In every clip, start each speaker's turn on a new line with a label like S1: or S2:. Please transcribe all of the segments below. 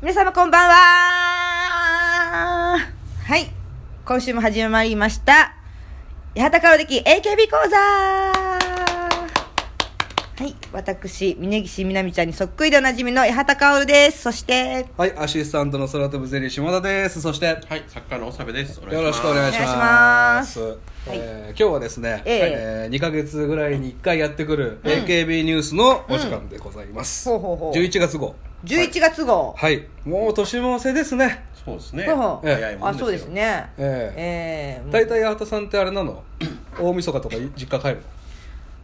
S1: 皆様こんばんははい。今週も始まりました。八幡顔的 AKB 講座はい。私、峯岸みなみちゃんにそっくりでおなじみの八幡薫です。そして、
S2: はい、アシスタントの空飛ぶゼリー下田です。そして、
S3: はい、作家の長部です。よ
S2: よろしくお願いします。えー今日はですね、
S1: え
S2: え2ヶ月ぐらいに1回やってくる AKB ニュースのお時間でございます。
S1: ほうほうほう
S2: 11月号。
S1: 11月号。
S2: はい、もう年も瀬ですね。
S3: そうですね。
S1: ほうほう
S2: ええ
S3: 早いもん
S1: あ、
S3: です
S1: そ
S3: よ。
S1: うです。ね。え
S2: え
S1: えもう
S2: 大体八幡さんってあれなの大晦日とか実家帰るの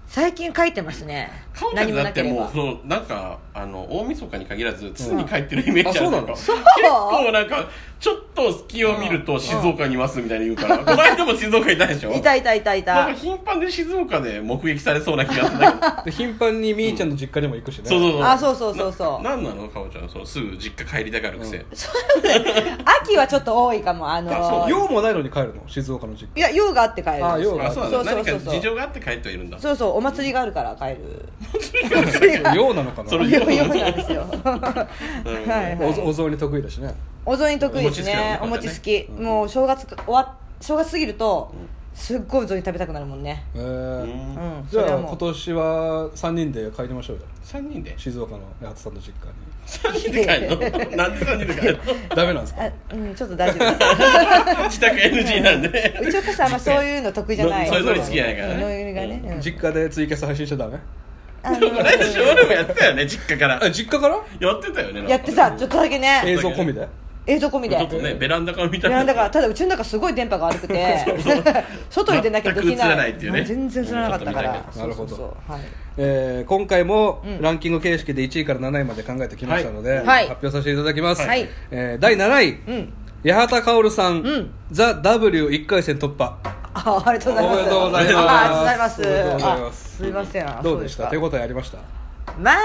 S1: 最近書いてますね。
S3: 顔だ
S1: 何
S3: け
S1: も
S3: だ
S1: な
S3: っ
S1: け
S3: て
S1: れ
S3: もう
S1: ば
S3: そ。のなんかあの大晦日に限らず常に帰ってるイメージあ
S2: うん
S3: る
S2: あ
S3: な
S2: そうなんのそう
S3: か 結構なんかちょっと隙を見ると静岡にいますみたいに言うからこの間も静岡いたでしょ
S1: いたいたいたい
S3: な
S1: た
S3: んか。頻繁で静岡で目撃されそうな気がする んだ けど
S2: で頻繁にみーちゃんの実家にも行くしね、
S3: そうそうそう
S1: あそうそうそうそう
S3: ななんなのかおちゃんそうすぐ実家帰りたがるくせ、
S1: 秋はちょっと多いかも。あの
S3: あそう
S2: 用もないのに帰るの静岡の実
S1: いや、用があって帰る。
S2: あ用が
S3: あそうなん
S1: そう
S3: だ
S1: そう
S3: 何
S1: そうそう
S3: か事情があって帰ってはいるんだ
S1: そうそう、お祭りがあるから帰る。
S2: 家用なのかな
S3: それ
S1: よよなんですよ。
S3: なるほど
S1: はいはい
S2: おお雑煮得意だしね
S1: お雑煮得意ですね。お
S3: お
S1: 餅
S3: 餅
S1: 好
S3: 好
S1: き。もう正月か終わ正月過ぎるとすっごいお雑煮食べたくなるもんね。
S2: え
S3: う
S2: ー
S1: うんん。
S2: じゃ
S1: それ
S2: あ
S1: はもう
S2: 今年は3人で帰りましょうよ
S3: 三人で
S2: 静岡の八幡さんの実家に
S3: 三人で帰るのなんで三人で帰るの
S2: ダメなんですか
S1: あ、うん、ちょっと大丈夫
S3: 自宅 NG なんで
S1: です。うちおかさんあんまそういうの得意じゃない。
S3: それぞれ好きじゃないからね
S1: そういうのがね。うん
S2: 実家でツイキャス配信しちゃダメ
S1: あの
S3: これでしょ俺もやってたよね実家から
S2: あ実家から
S3: やってたよね
S1: やってた、ちょっとだけね。
S2: 映像込みで
S1: 映像込みで
S3: ちょっ。とねベランダから見た
S1: いやだからただうちの中すごい電波が悪く て外に出なきゃできない
S3: 全く映らないっていうね
S1: 全然映らなかったから
S2: ちょっと見たけど
S1: そうそうそうはい
S2: えー今回も
S1: うん
S2: ランキング形式で1位から7位まで考えてきましたので、
S3: はい
S1: はい
S2: 発表させていただきます、
S1: はい
S2: えー第7位、
S1: うん
S2: 八幡薫さん、
S1: うん
S2: ザ・ W1 回戦突破
S1: あありがとうございます
S2: おめでとうございます
S1: あありがとうございます
S2: おめでとうございます
S1: あすいませんあ
S2: どうでした
S1: そ
S2: 手
S1: すか
S2: 応えありました
S1: まあ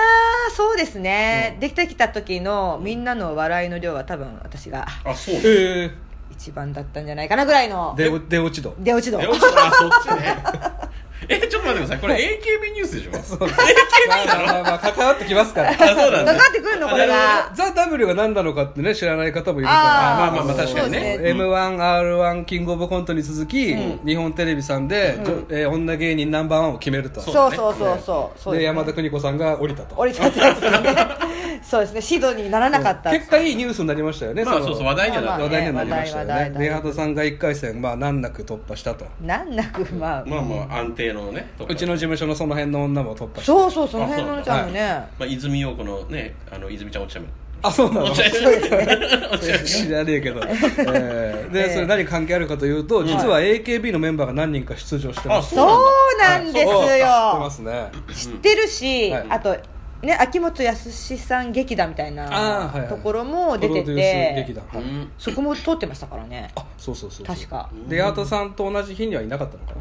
S1: そうですね、できてきた時のみんなの笑いの量は多分私が
S3: あそう
S2: え
S1: 一番だったんじゃないかなぐらいの
S2: ー、出出落ち度
S1: 出落ち度
S3: え落ちたあそっちねえちょっと待ってくださいこれ AKB ニュースでしょ AKB
S2: まあまあまあまあ関わってきますから
S3: あそうなん
S1: か
S3: だ
S1: かってくるのこれが
S2: ザ・ W が何なのかってね知らない方もいるから
S3: あーまあまあまあ確かにね
S1: そうです
S2: m 1 r 1キングオブコントに続き、日本テレビさんで、じょえー女芸人ナンバーワンを決めると
S1: そうそうそうそうそうで
S2: で
S1: すね
S2: 山田邦子さんが降りたと
S1: 降りたってやつですねそうですねシドニーにならなかった
S2: 結果いいニュースになりましたよね、
S3: まあ
S2: の
S3: そうそう話題にはなっ
S1: まあ
S2: 話
S3: た
S2: 題にはなりました
S1: 話題
S2: よ
S1: 話
S2: ね
S1: 題
S2: レハトさんが1回戦、まあ、難なく突破したと
S1: なんなくまあ
S3: まあまあ安定のねとこ
S2: うちの事務所のその辺の女も突破した
S1: そうそうその辺のちゃんのね、
S3: まあ泉陽子のねあの泉ちゃん落ちたもん
S2: あそうなの
S3: 落ちた
S2: 知らねえ けど、えーでそれ何関係あるかというと実は AKB のメンバーが何人か出場してま
S3: あ
S2: す
S3: そう
S1: そうなんですよ、
S2: はいそう知ってますね
S1: 知ってるし、
S2: はい
S1: あとね秋元康さん劇団みたい
S2: あーはい
S1: な
S2: はい
S1: ところも出て
S2: プロデュース
S1: て
S2: 劇団、
S3: う
S2: はい
S3: ん
S1: そこも通ってましたからね
S2: あそうそうそうそう
S1: 確か
S2: で八幡さんと同じ日にはいなかったのか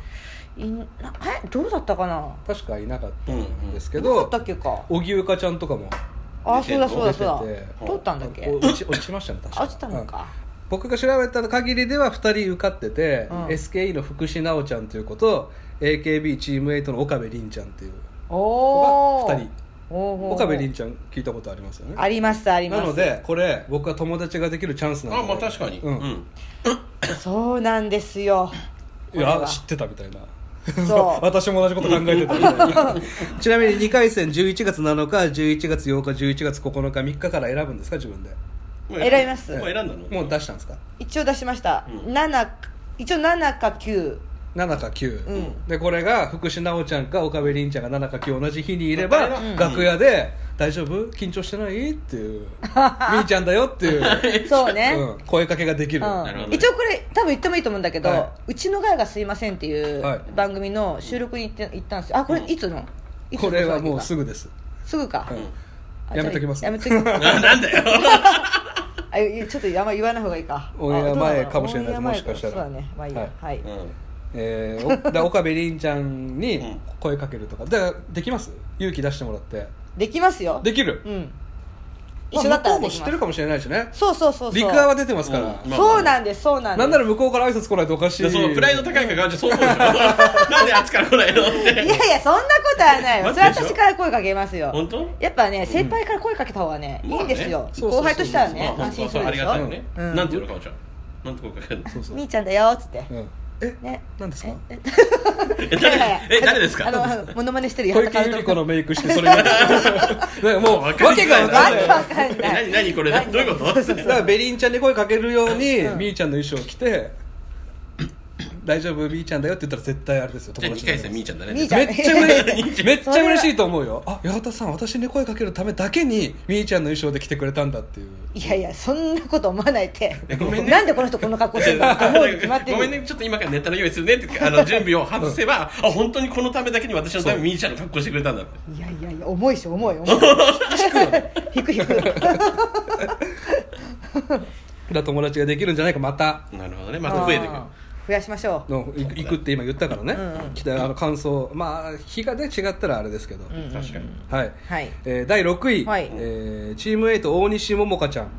S2: ない
S1: なえどうだったかな
S2: 確かいなかったんですけ
S1: どうだ
S2: ど
S1: ったっけか
S2: 荻生香ちゃんとかも
S1: あー
S3: 出
S1: そう
S3: てん
S1: だ
S3: の
S1: そうだそうだ
S2: 出て
S3: て
S1: 通ったんだっけ
S2: お落ち落ちましたね確か
S1: あ落ちたの
S2: うん
S1: か、
S2: 僕が調べた限りでは2人受かってて、
S1: うん
S2: SKE の福士奈緒ちゃんという子と AKB チーム8の岡部凛ちゃんっていう
S1: おお
S2: 二人
S1: お
S2: 岡部凛ちゃん聞いたことありますよね
S1: ありますあります
S2: なのでこれ僕は友達ができるチャンスなん
S3: あ
S2: で
S3: まあ確かに
S2: うん
S3: うん
S1: そうなんですよ
S2: い
S1: これ
S2: や
S1: は
S2: 知ってたみたいな
S1: そう
S2: 私も同じこと考えてたみたいな ちなみに2回戦11月7日11月8日11月9日3日から選ぶんですか自分で
S3: もう
S1: 選びます
S3: もう選んだの
S2: もう出したんですか
S1: 一応出しました、
S3: うん
S1: 七一応7か9
S2: 7か9、
S1: うん
S2: でこれが福士奈緒ちゃんか岡部凛ちゃんが7か9同じ日にいれば、
S3: うん
S2: 楽屋で「大丈夫緊張してない?」っていう「みーちゃんだよ」っていう、
S1: そう ね、
S2: うん声かけができる、
S3: るほど
S1: うん、
S3: ね
S1: 一応これ多分言ってもいいと思うんだけど、
S2: は
S1: うちのガヤがすいませんっていう
S2: はい
S1: 番組の収録に行って行ったんですよあこれ
S3: うん
S1: いつの、いつの
S2: これはもうす
S1: ぐ
S2: ぐです、
S1: すぐか、
S2: うん
S1: あじゃあ
S2: やめときます
S1: やめときます
S3: ななんだよ
S1: あいちょっとあんま言わない方がいいか
S2: オンエア
S1: あどうなの
S2: 前かもしれないで
S1: オンエ
S2: す
S1: ア前
S2: もしかしたら
S1: そうだねまあいいや
S2: はい
S1: はい、
S3: うん
S2: えー、おだ 岡部凛ちゃん
S3: う
S2: に
S3: ん
S2: 声かけるとかだからできます勇気出してもらって
S1: できますよ
S2: できる
S1: うん一緒だった
S2: ま
S1: ら
S2: あ向こうも
S1: でき
S2: 知
S1: ま
S2: って
S1: す
S2: るかもしれないしね
S1: そうそうそうそう
S2: 陸側は出てますから、
S3: うん
S1: そうなんですそうなんです
S2: なんなら向こうから挨拶来ないとおかし
S3: いや
S2: い
S3: そのプライド高いから彼女そう思うで しょなんであっちから来ないのっ
S1: いや
S3: て
S1: いやそんなことはないよそれ
S3: 待ってでし
S1: 私
S3: ょ
S1: から声かけますよ
S3: 本当
S1: やっぱね先輩から声かけた方がね、
S3: うん
S1: いいんですよ、
S2: まあね
S1: 後輩としては
S2: そう
S1: ね
S3: まあ
S1: 安心
S3: 本
S1: す
S3: 当
S1: る
S3: はあ
S1: で
S3: り
S1: し
S3: が
S1: ょ
S3: たいよね
S1: うん
S3: なんて言うのかおちゃんなんて声かけるの
S2: そうそう
S1: 兄ちゃんだよっつって
S2: うんえ
S1: ね
S2: 何ですか
S1: え
S3: え誰ですえ誰ですか
S1: あのあのモノマネしてる
S2: 小池百合子のメイクしてそれやるなんか もう
S3: わ
S2: わ
S3: かりづ
S2: けが
S3: らい
S2: わかんな
S1: わ
S2: い
S1: けわかん
S3: え
S1: ない
S3: 何何これどういうことって
S2: だからベリンちゃんに声かけるように、みーちゃんの衣装着て「大丈夫みーちゃんだよ」って言ったら絶対あれですよ
S3: じゃあ2回戦みーちゃんだね
S1: みーちゃん
S2: めっちゃ嬉しいめっち
S1: そ
S2: ゃ
S1: れは
S2: 嬉しいと思うよあ八幡さん私に声かけるためだけにみーちゃんの衣装で来てくれたんだっていう
S1: いやいやそんなこと思わないって
S3: えごめんね
S1: なんでこの人こんな格好してるのって思うに決まってる
S3: ごめんねちょっと今からネタの用意するねってあの準備を外せ ば、あ本当にこのためだけに私のためにみーちゃんの格好してくれたんだって
S1: いやいやいや重いし重い 重い引く引く
S2: だ友達ができるんじゃないかまた
S3: なるほどねまた増えてくる
S1: あー増やしましょう
S2: のい行くって今言ったからね、
S1: うんうん
S2: 来たあの感想まあ日がね違ったらあれですけど、
S1: うんうん
S3: 確かに
S2: はい、
S1: はい
S2: えー第6位、
S1: はい
S2: えーチーム8大西桃香ちゃん、
S1: うん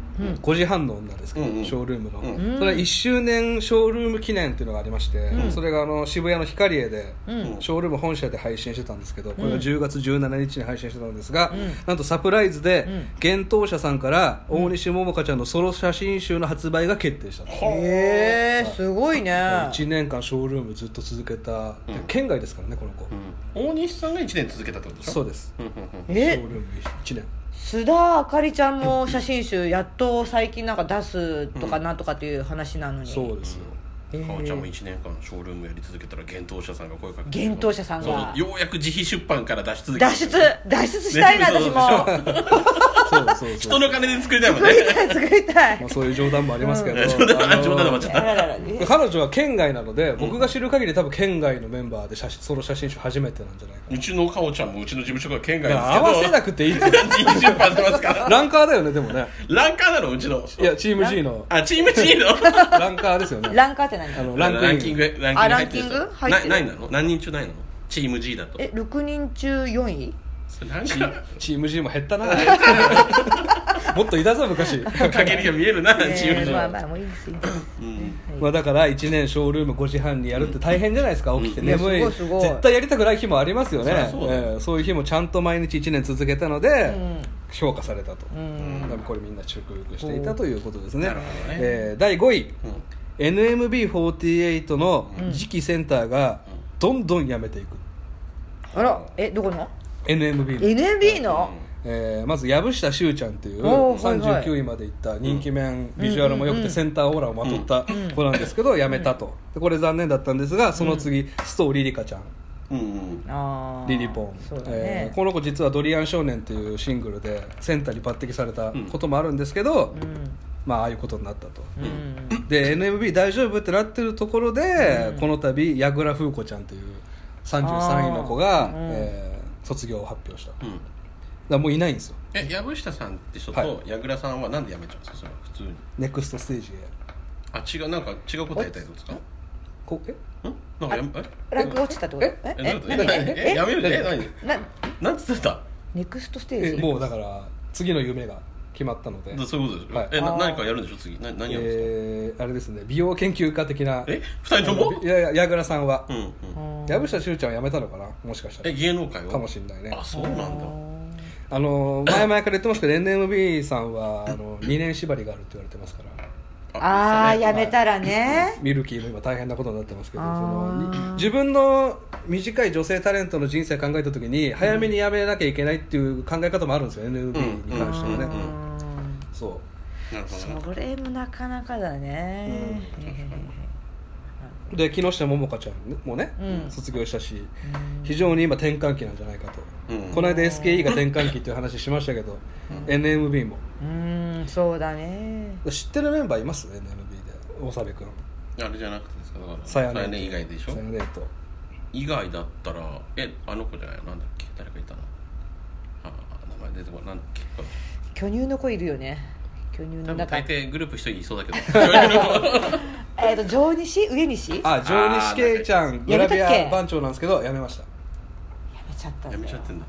S2: 5時半の女ですけど、
S3: うんうん
S2: ショールームの、
S3: うん
S2: それは1周年ショールーム記念っていうのがありまして、それがあの渋谷のヒカリエで、
S1: うん
S2: ショールーム本社で配信してたんですけどこれ
S1: う
S2: が
S1: ん
S2: 10月17日に配信してたんですが、
S1: うん
S2: なんとサプライズで、
S1: うん
S2: 幻冬舎さんから大西桃香ちゃんのソロ写真集の発売が決定したと。
S1: へえすごいね
S2: 1年間ショールームずっと続けた、で
S3: うん
S2: 県外ですからねこの子、
S3: うん大西さんが1年続けたってことでしょ
S2: そうです
S3: うんうんうん
S2: ショ
S1: え
S2: ールーム1年
S1: 須田あかりちゃんも写真集やっと最近なんか出すとかなんとかっていう話なのに、
S2: そうですよ、
S3: かおちゃんも1年間ショールームやり続けたら幻冬舎さんが声かけて
S1: 幻冬舎さんが
S3: そうようやく自費出版から脱出できた
S1: 脱出脱出したい な、
S3: ね
S1: 私も
S2: そうそうそう
S3: 人の金で作りたいもんね
S1: 作りたい
S2: まあ、そういう冗談もありますけど、
S3: うん 冗談
S2: あの
S3: 冗談だちょっ
S1: あらららえ
S2: 彼女は県外なので僕が知る限り多分県外のメンバーで写真ソロ写真集初めてなんじゃないか
S3: うちのかおちゃんもうちの事務所が県
S2: ない
S3: 外で
S2: や合わせ
S3: す
S2: なくていいですよ
S3: けど自費出版しますから
S2: ランカーだよねでもね
S3: ランカーなのうちの
S2: いやチーム G の
S3: あチーム G の
S2: ランカーですよね
S1: ランカーって
S2: あ
S1: 何
S2: のランクイン
S3: ランキングランキング
S1: あ
S3: 入
S1: ランキング入
S3: ってる人
S1: ってる
S3: なないなの何人中ないのチーム G だと
S1: え6人中4位
S3: それなん
S2: チ
S3: か
S2: チーム G も減った なもっといたぞ昔
S3: 陰りが見えるなチーム
S1: え
S3: G
S1: ーまあまあもういいですいいです
S3: うん
S2: まあだから1年ショールーム5時半にやるって大変じゃないですか起きて
S1: いや
S2: 眠い
S1: すごいすごい
S2: 絶対やりたくない日もありますよね
S3: そりゃそうだよ
S2: ええそういう日もちゃんと毎日1年続けたので
S1: うん
S2: 評価されたと、
S1: うん
S2: 多分これみんな祝福していたということですね
S3: なるほどね
S2: えー第5位
S3: うん
S2: NMB48 の次期センターがどんどん辞めていく、
S1: あらえどこの
S2: NMB の、
S1: NMB の
S2: えーまず藪下柊ちゃんっていう
S1: おーはいはい
S2: 39位までいった人気面、ビジュアルも良くてセンターオーラをまとった子なんですけど辞めたとでこれ残念だったんですがその次、ストーリリカちゃん
S3: うんうん
S1: あー
S2: リリポン、
S1: そうだ
S2: え
S1: ね
S2: ーこの子実は「ドリアン少年」っていうシングルでセンターに抜擢されたこともあるんですけど、
S1: うん
S2: まあああいうことになったと、
S1: うん
S2: で NMB 大丈夫ってなってるところで、この度矢倉風子ちゃんという33位の子
S1: あ
S2: が、
S1: ーうん
S2: えー卒業を発表しただか
S3: うん
S2: らもういないんですよ
S3: え藪下さんって人
S2: は
S3: と矢倉さんはなんで辞めちゃうんですかそれは普通に
S2: ネクストステージへ
S3: あ違うなんか違うことやりたいってことですか
S2: こえ
S3: んなんかやめ
S1: ランク落ちたってこと
S2: え
S1: え
S3: ええ
S1: え
S3: どういうこと
S1: 何
S3: ええやめるえ何
S1: な
S3: なんつってた
S1: ネクストステー
S2: え
S1: ジ
S2: もうだから次の夢が決まったので
S3: そういうことでしょ、
S2: はい
S3: えな
S1: あー
S3: 何かやるんでしょ次な何やるんですか
S2: えーあれですね美容研究家的な
S3: え二人とも
S2: いやいや矢倉さんは
S3: うんうん
S1: うん
S2: 藪下柊ちゃんは辞めたのかなもしかした
S3: え
S2: ら
S3: 芸能界を
S2: かもしれないね
S3: あそうなんだ
S2: あの前々から言ってますけど NMB さんはあの2年縛りがあるって言われてますから
S1: ああ
S3: いいっすね
S1: やめたらね
S2: ミルキーも今大変なことになってますけどそ
S1: あー
S2: のに自分の短い女性タレントの人生考えた時に早めに辞めなきゃいけないっていう考え方もあるんですよ、NMB に関してはね、
S3: うんうんうん
S2: そ
S3: なるほどね
S1: それもなかなかだね、
S2: うで木下桃香ちゃんもね、
S1: うん
S2: 卒業したし非常に今転換期なんじゃないかと、
S3: うん
S2: この間 SKE が転換期っていう話しましたけど、NMB も
S1: うんうんそうだね
S2: 知ってるメンバーいます NMB で長部君
S3: あれじゃなくてですかだから
S2: さやね
S3: ね以外でしょ
S2: さやねと
S3: 以外だったらえあの子じゃないなんだっけ誰かいたなあー名前出てこないなんだっけ
S1: 巨乳の子いるよね巨乳
S3: 多
S1: の
S3: 分
S1: 中
S3: 大抵グループ一人いそうだけ ど
S1: えっ、と上西上西や
S2: あ上西圭ちゃんグラビ
S1: やめたっ
S2: ア
S1: け
S2: 番長なんですけど辞めました
S1: めちゃったんだ
S3: や
S1: よ
S3: めちゃってんだ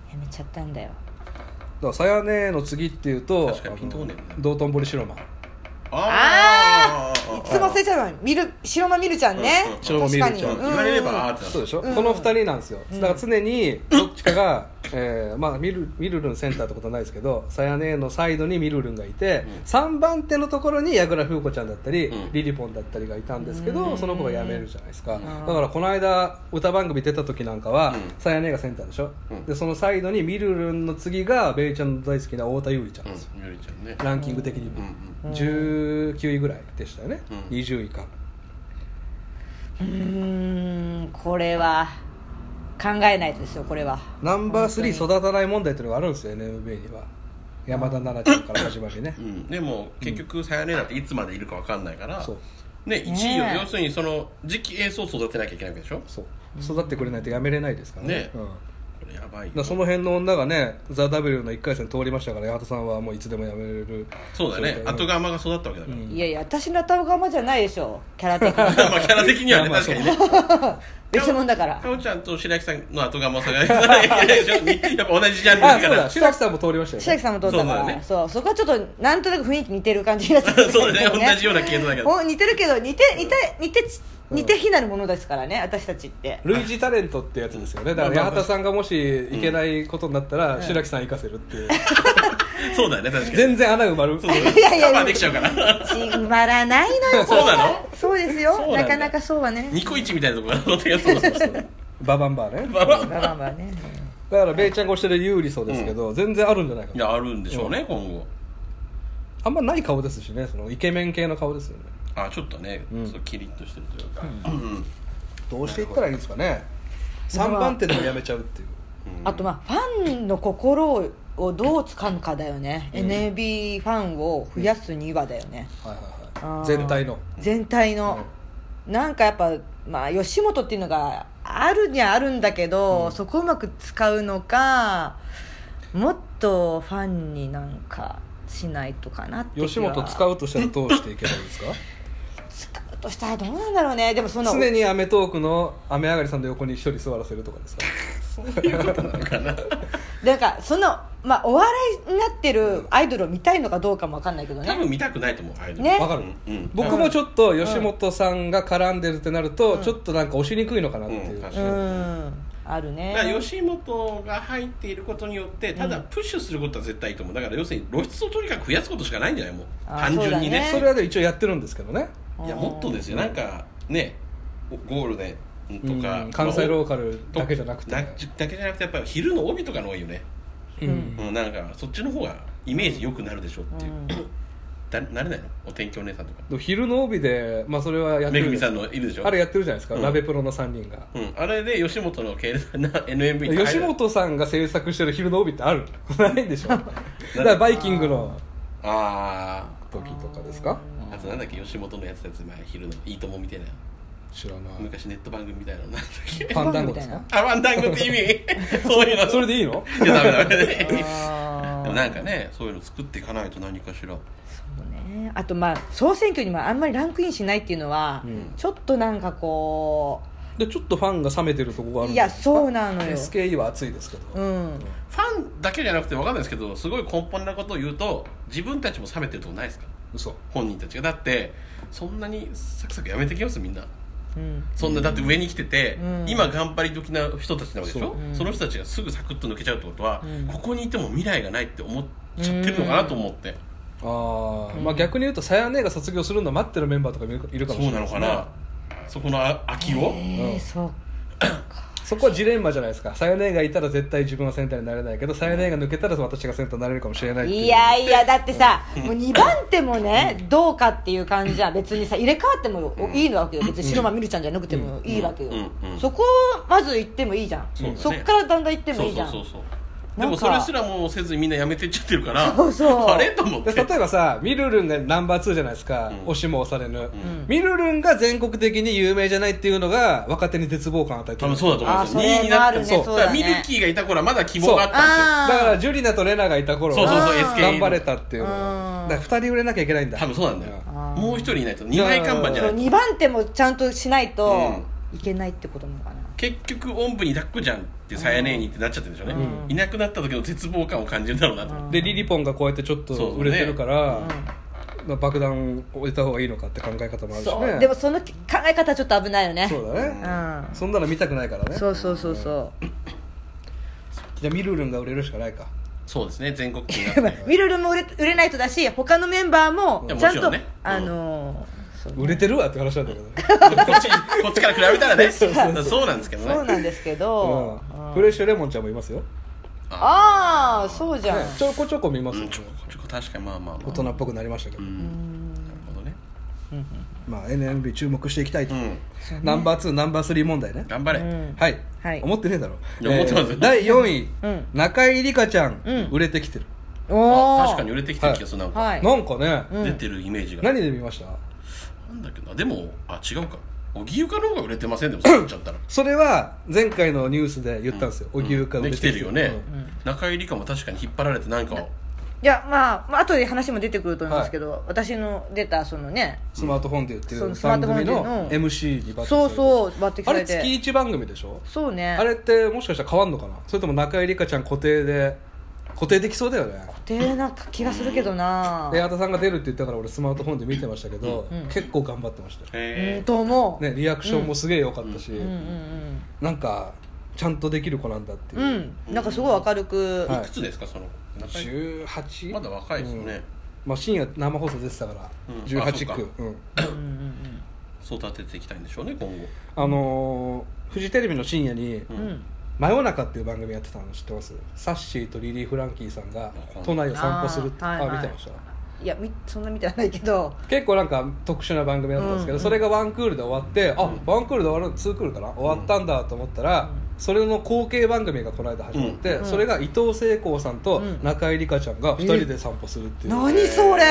S1: やめちゃったんだよ
S2: から「さやね」の次っていうと
S3: 確かにピンとこねえな
S2: あの道頓堀白間
S1: あ
S3: ー
S1: ーいつも忘れちゃうのミル白間みるちゃんね
S3: うんうん
S2: 白間みる
S1: 確
S2: ちゃ
S1: か
S2: ん
S1: にう
S3: うん
S1: ん
S3: 言われればあーってなる
S2: そうでしょ、
S1: うん
S2: この2人なんですよ、だから常にどっちかが、えーまあ、ミルミルルンセンターってことはないですけどさやねのサイドにミルルンがいて、
S3: うん
S2: 3番手のところに矢倉風子ちゃんだったり、
S3: うん
S2: リリポンだったりがいたんですけど、
S1: うん
S2: その子が辞めるじゃないですか、
S3: うん
S2: だからこの間歌番組出た時なんかは
S3: うん
S2: さやねがセンターでしょ、
S3: うん
S2: でそのサイドにミルルンの次がベイちゃんの大好きな太田優里ちゃんですよ、
S3: うんゆりちゃんね
S2: ランキング的にも、
S3: うん
S1: うん
S2: 19位ぐらいでしたよね、
S3: うん
S2: 20位か
S1: うーんこれは考えないとですよこれは
S2: ナンバー3育たない問題というのがあるんですよ NMB には山田奈々ちゃんから始まりね
S3: うんうんでも結局さやねなんていつまでいるかわかんないから
S2: そう
S3: ね1位を
S1: ねえ
S3: 要するにその次期エースを育てなきゃいけないわけでしょ
S2: そう育ってくれないとやめれないですからね
S3: ね
S2: うん、だか
S3: これやばいよ
S2: らその辺の女がね「ザ・ w の1回戦通りましたから八幡さんはもういつでもやめれる
S3: そうだね後
S2: が
S3: 釜が育ったわけだから
S1: いやいや私の頭がまじゃないでしょキャラ的に
S3: まあキャラ的にはね
S2: まあ
S3: 確かにね
S1: 別物だから
S3: かおちゃんと白木さんの後釜を探さなきゃいけないでしょにやっぱ同じジャンル
S2: あ
S3: だ
S2: そ
S3: か
S2: うだ
S3: ら
S2: 白木さんも通りましたよ
S1: 白木
S2: ね
S1: さんも撮ったか
S3: そう
S1: ら
S3: だ
S1: そう,、
S3: よね
S1: そこはちょっとなんとなく雰囲気似てる感じがする
S3: そうだね同じような系統だけど
S1: お似てるけど似て似て似て似て非なるものですからね私たちって
S2: 類似タレントってやつですよねだから
S3: まあま
S2: 八
S3: あ
S2: 幡さんがもしいけないことになったら白木さん行かせるっていう
S3: そうだよね確かに
S2: 全然穴埋まる
S3: そう そう
S1: いやいや
S3: カバーできちゃうから
S1: ち埋まらないのよ
S3: そうな
S1: こ
S3: の
S1: れはそうですよ
S3: そうなんだ
S1: なかなかそうはね
S3: ニコイチみたいなとこが乗ってるそうそうそう
S2: ババンバーね
S3: まあま
S1: ま
S3: あ
S1: あまあまあね
S2: だからベイちゃんが推してる有利そうですけど全然あるんじゃないかない
S3: やあるんでしょうね今後
S2: あんまない顔ですしねそのイケメン系の顔ですよね
S3: あちょっとね
S2: うん
S3: そうキリッとしてるというかうん
S2: どうしていったらいいんですかね3番手でもやめちゃうっていう
S1: あとまあファンの心をどう掴むかだよね、NAB ファンを増やすにはだよね、
S2: はいはい
S1: あ
S2: は
S1: ー
S2: い全体の
S1: 全体の、なんかやっぱ、まあ、吉本っていうのがあるにはあるんだけど、そこをうまく使うのかもっとファンになんかしないとかなって
S2: 吉本使
S1: う
S2: うとしたらどうしていけばいいで すか
S1: 使うとしたらどうなんだろうねでもその
S2: 常にアメトークの雨上がりさんの横に一人座らせるとかですか
S1: なんかその、まあ、お笑いになってるアイドルを見たいのかどうかもわかんないけどね
S3: 多分見たくないと思うアイドル
S1: ね
S2: わかる
S3: うんうん
S2: 僕もちょっと吉本さんが絡んでるってなるとちょっとなんか押しにくいのかなっていううん
S3: 確か
S1: う
S3: に
S1: んあるね
S3: だから吉本が入っていることによってただプッシュすることは絶対いいと思うだから要するに露出をとにかく増やすことしかないんじゃないもう
S1: あー
S3: 単純にね
S1: そ
S2: そうれはでも一応やってるんですけどね
S1: だね
S3: いやもっとですよなんかねゴゴールデンとか、
S2: うん関西ロー
S3: カ
S2: カルだけじゃなくて
S3: だだけじゃなくてやっぱり昼の帯とかの方がいいよね、
S2: う
S1: うん
S2: ん
S3: うん、なんかそっちの方がイメージ良くなるでしょっていう、
S1: うん
S3: だなれないのお天気お姉さんとか
S2: でも昼の帯でまあそれはやって
S3: め
S2: る
S3: ぐ
S2: んで
S3: み
S2: す
S3: さ
S2: け
S3: ん
S2: ど
S3: のいるでしょ
S2: あれやってるじゃないですか
S3: うん
S2: 鍋プロの3人が
S3: うん、あれで吉本の系列な NMB に入る
S2: 吉本さんが制作してる昼の帯ってあるない でしょだからバイキングの
S3: あ
S2: 時とかですか
S3: ああとなんだっけ吉本のやつたち前昼のいいともみたいな
S2: 知らない
S3: 昔ネット番組みたいなのなんだっけ
S2: ファンダンゴですか
S3: あワンダンゴって意 味そういうの
S2: それでいいの
S3: いやダメダメ で
S1: あー
S3: もなんかねそういうの作っていかないと何かしら
S1: そうねあとまあ総選挙にもあんまりランクインしないっていうのは、
S2: うん
S1: ちょっとなんかこ
S2: でちょっとファンが冷めてるとこがあるん
S1: い
S2: です
S1: や
S2: か
S1: そうなのよ
S2: SKE は熱いですけど
S1: う、うん
S3: ファンだけじゃなくてわかんないですけどすごい根本なことを言うと自分たちも冷めてるとこないですか
S2: 嘘
S3: 本人たちがだってそんなにサクサクやめてきますみんな
S1: うん
S3: そんなだって上に来てて、
S1: うん
S3: 今頑張り時な人たちなわけでしょ
S2: そう
S3: そ,、
S1: うん
S3: の人たちがすぐサクッと抜けちゃうってことは、
S1: うん
S3: ここにいても未来がないって思っちゃってるのかなと思って、
S2: ああ、まあ逆に言うとさやねが卒業するの待ってるメンバーとかいるいるかもし
S3: そ
S2: れな
S3: うないの
S2: です
S3: か
S2: ね
S3: なそこのあ空きを、
S1: え
S2: う
S1: ー、
S2: ん
S1: そう
S2: そこはジレンマじゃないですかさやねがいたら絶対自分はセンターになれないけどさやねが抜けたら私がセンターになれるかもしれないっていう
S1: いやいやだってさもう2番手もねどうかっていう感じじゃん別にさ入れ替わってもいいのわけよ別に白間みるちゃんじゃなくてもいいわけよ、
S3: うんうん
S1: そこをまず行ってもいいじゃん
S3: そうだね
S1: っからだんだん行っても
S3: そ
S1: いういじ
S3: そ
S1: ゃ
S3: うんそうそうで
S1: なんか
S3: もそれすらもせずにみんなやめてっちゃってるから
S1: そうそう
S3: あれと思っ
S2: で
S3: て
S2: 例えばさミルルンがナンバー2じゃないですか、
S3: うん
S2: 押しも押されぬ、
S3: ん
S2: ミルルンが全国的に有名じゃないっていうのが若手に絶望感を与えて
S3: 多
S2: る
S3: 分そうだと思うんです
S1: あ
S3: よ
S1: それ
S3: 2位になっても
S1: もあるね
S3: そう
S1: そうだね
S3: だからミルキーがいた頃はまだ希望があったん
S1: あ
S2: だ
S1: ー
S2: からジュリナとレナがいた頃
S3: そう
S2: は
S3: そうそう SKE
S2: 頑張れたっていうの
S1: う
S2: が
S1: ん
S2: だから2人売れなきゃいけないんだ
S3: ですよ多分そうなんだよ
S1: あー
S3: もう一人いないと2枚看板じゃ
S1: そ
S3: な
S1: う
S3: い
S1: 2番手もちゃんとしないといけないってことなのかな、
S3: 結局おんぶに抱っこじゃんってってサヤネーニってなっちゃってるんでしょうね、
S1: うん
S3: いなくなった時の絶望感を感じるだろうなと思って、
S2: でリリポンがこうやってちょっと
S3: そうそう
S2: 売れてるから、まあ爆弾を置いた方がいいのかって考え方もあるし
S1: そう
S2: ね
S1: でもその考え方はちょっと危ないよね
S2: そうだね、
S1: うん
S2: そんなの見たくないからね
S1: そうそうそうそう
S2: じゃあミルルンが売れるしかないか
S3: そうですね全国区に
S1: や
S3: なっ
S1: ってぱミルルも売れ売れないとだし他のメンバーも
S3: いや
S1: ちゃん
S3: もちろ
S1: と
S3: んねうん
S1: あのーそう
S2: 売れてるわって話なんだけどね、
S3: こっち こっちから比べたらね
S1: そ
S3: そうう
S1: そうそう
S3: なんですけどね
S1: そうなんですけど
S2: うん
S1: うん
S2: フレッシュレモンちゃんもいますよ、ね
S1: ああそうじゃん
S2: ちょこちょこ見ます
S3: う
S2: よ、
S3: んちょこちょこ確かにまあまあ、まあ、
S2: 大人っぽくなりましたけ
S3: う
S2: ど、
S3: んなるほどね
S2: まあ NMB 注目していきたいと、
S3: うん
S2: ナンバー2ナンバー3問題ね、
S3: 頑張れ、
S1: うん
S2: はい、
S1: はい
S2: 思ってねえだろ
S3: いや思ってますよ
S2: 第4位、
S1: うん
S2: 中井梨花ちゃん、
S1: うん
S2: 売れてきてる
S1: おー
S3: あ確かに売れてきてる気がするなんか、
S1: はい
S2: なんかね、
S1: うん
S3: 出てるイメージが、
S2: 何で見ました
S3: なんだっけなでもあ違うか荻生かの方が売れてませんでもそうなっちゃったら
S2: それは前回のニュースで言ったんですよ荻生、か
S3: ね
S2: 売れ
S3: 来てるよね、
S2: うん
S3: 中井理香も確かに引っ張られてなんかを
S1: いやまあまあ後で話も出てくると思いますけど私の出たそのね
S2: スマートフォンで言って
S1: そ
S2: る
S1: うスマー
S2: 番
S1: トフォン
S2: 組
S1: での
S2: の MC に抜擢さ
S1: そ
S2: れ
S1: う
S2: て
S1: そう抜擢
S2: あ
S1: さ
S2: れ
S1: れ
S2: 月
S1: て
S2: 1番組でしょ
S1: そうね
S2: あれってもしかしたら変わんのかなそれとも中井梨花ちゃん固定で固定できそうだよね
S1: でなんか気がするけどな
S2: で矢田さんが出るって言ったから俺スマートフォンで見てましたけど、
S1: うん
S2: 結構頑張ってましたよ、
S1: う
S3: へ
S1: んと思う
S2: ね、リアクションもすげえ良かったし、
S1: うんうん
S2: なんかちゃんとできる子なんだっていうう、
S1: んうんなんかすごい明るく
S2: はい
S3: いくつですかその中井
S2: 18
S3: まだ若いですよね、
S2: うんまあ、深夜生放送出てたから、
S3: うん
S2: 18
S3: あそうか
S2: 区うん
S1: うんうん
S3: 育てていきたいんでしょうね今後
S2: あのーフジテレビの深夜に
S1: うんうん
S2: 「真夜中」っていう番組やってたの知ってますサッシーとリリー・フランキーさんが
S3: うん
S2: 都内を散歩するって
S1: あーはいはい
S2: 見てました
S1: いやみそんな見てはないけど
S2: 結構なんか特殊な番組だったんですけど、
S1: うん
S2: それがワンクールで終わって、あ
S3: うん
S2: ワンクールで終わるツークールかな終わったんだと思ったら、それの後継番組がこの間始まって、
S1: うん
S2: それが伊藤聖光さんと
S1: うん
S2: 中井梨花ちゃんが2人で散歩するっていう、え
S1: 何それ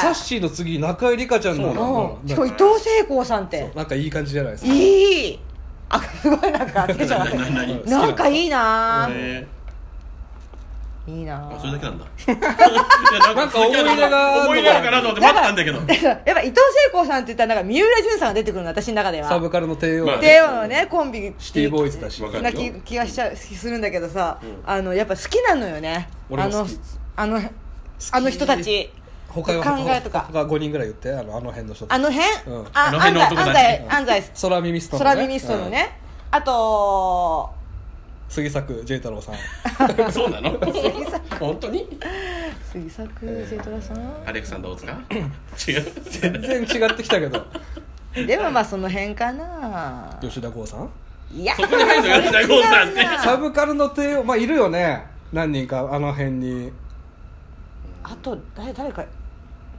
S2: サッシーの次中井梨花ちゃんの
S3: そうな
S2: うん
S1: うんしかも伊藤聖光さんって
S2: なんかいい感じじゃないですか
S1: いいあすごいなんか手じゃな
S3: 何
S1: い
S3: 何
S1: なんかいいな
S2: うん
S3: え
S1: いいな
S3: あそれだけなんだいや
S2: なんか思い出が
S3: 思い出あるかなと思って待ったんだけど
S1: だから やっぱ伊藤聖光さんって言ったらなんか三浦淳さんが出てくるの私の中では
S2: サブカルの帝王、
S3: まあ
S1: っていうのをねコンビ
S2: シティボーイズだし
S3: わかる
S1: な気気がしちゃうするんだけどさ、
S3: ん
S1: あのやっぱ好きなのよね
S2: 俺も好き
S1: あのあのあの人たち
S2: 他は
S1: 考えとか
S2: 他5人ぐらい言ってあのあの辺の人
S1: あの辺、
S2: うん
S1: あ
S3: あの辺の
S1: 安
S3: 男たち
S1: 西安西安西
S2: 空耳ストの、ね、
S1: 空耳ストのね、あと
S2: うん杉作 J 太郎さん
S3: そうなの本当に
S1: 杉作聖虎さん、
S3: アレクサンダー大塚違う
S2: 全然違ってきたけ ど
S1: でもまあその辺かな
S2: 吉田剛さん
S1: いや
S3: そこに入るの吉田剛さんって
S1: 違うな
S2: サブカルの帝王まあいるよね何人かあの辺に
S1: あと誰誰か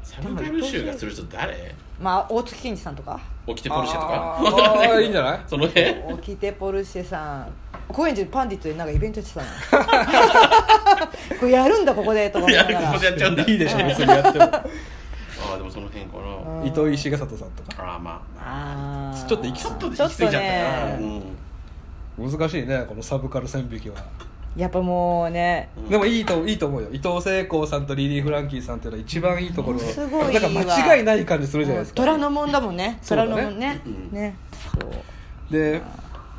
S3: サブカル集がする人誰
S1: まあ大月健二さんとか
S3: 起きてポルシェと
S2: あ
S3: か
S2: ー
S3: わかけど
S2: いいんじゃない
S3: その辺
S1: オキテポルシェさん高円寺でパンディットでなんかイベントやってたのこれやるんだここでとか思い
S3: や
S1: な
S3: る
S1: が
S3: か
S1: ら
S3: もしれちゃうんだ
S2: いいでしょ別にやっても
S3: ああでもその辺かな
S2: 伊藤石ヶ里さんとか
S3: ああまあ
S1: あー
S2: ちょっと行き
S3: ち
S2: 過
S3: ょ
S2: ぎ
S3: っとで行き過ぎちゃったな
S1: ちょっとね
S3: うん
S2: 難しいねこのサブカル線引きは
S1: やっぱもうね
S3: うん
S2: でもいいといいと思うよ伊藤聖光さんとリリー・フランキーさんっていうのは一番いいところ
S1: すごいいい
S2: な
S1: わ
S2: んか間違いない感じするじゃないですか
S1: 虎の門だもんね
S2: そうだ
S1: 虎
S2: ね
S1: の門ね
S3: うん
S1: ね
S2: で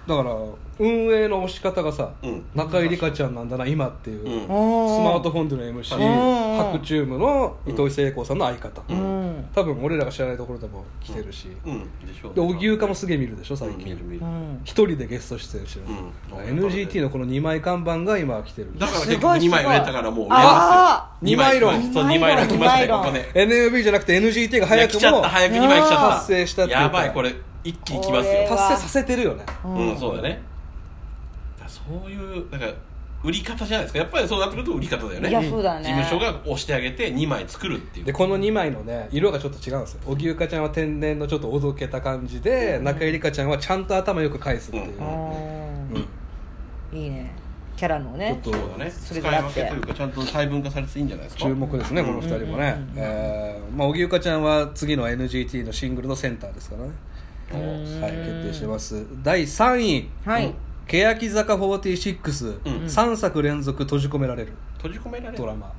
S2: だから運営の押し方がさ、
S3: うん
S2: 中井梨花ちゃんなんだな今っていう、
S3: う
S2: ス
S3: ん
S1: おー
S2: マートフォンでの MC
S1: うん
S2: 白チュームの伊藤聖光さんの相方、
S1: うん
S2: 多分俺らが知らないところでも来てるし、
S3: うんでしょう
S2: で荻生かもすげえ見るでしょ最
S3: 見
S2: 近
S3: る見
S1: う
S3: る
S1: ん
S2: 一人でゲスト出演してる、
S3: うん
S2: NGT のこの2枚看板が今来てる
S3: だから
S1: す
S3: 結
S1: ご
S3: 局
S1: い
S3: 2枚
S1: すご
S3: 売
S1: い
S3: れたからもう売れ
S1: あ
S3: ます
S2: ー二
S3: よ
S2: 枚論
S3: そう2枚論来ま
S1: 二枚
S3: したね
S1: 論
S3: ここね
S2: NUB じゃなくて NGT が
S3: いや
S2: 早く
S3: 来ちゃっ
S2: も
S3: た
S2: 達
S3: 早く2枚来ちゃった
S2: 達成したっていうか
S3: やばいこれ一気に来ますよ
S1: こ
S2: 成させてるよね
S3: うんそうだねだからそういうなんか売り方じゃないですかやっぱりそうなってくると売り方だよね
S1: いやそうだね
S3: 事務所が押してあげて2枚作るっていう
S2: でこの2枚のね色がちょっと違うんですよ荻生香ちゃんは天然のちょっとおどけた感じで、中井梨花ちゃんはちゃんと頭よく返すっていう、
S3: う
S1: うん
S2: うん
S1: いいねキャラのね
S3: そうだね
S1: そ
S3: 使
S1: れ
S3: い
S1: であっ
S3: 分
S1: て
S3: けというかちゃんと細分化されていいんじゃないですか
S2: 注目ですね、この2人もね
S1: うん
S2: えーまあ荻生香ちゃんは次の NGT のシングルのセンターですからね、
S1: うん
S2: はい、決定してます第3位
S1: はい
S2: 欅坂46、
S3: うん
S2: 3作連続閉じ込められる
S3: 閉じ込められる
S2: ドラマ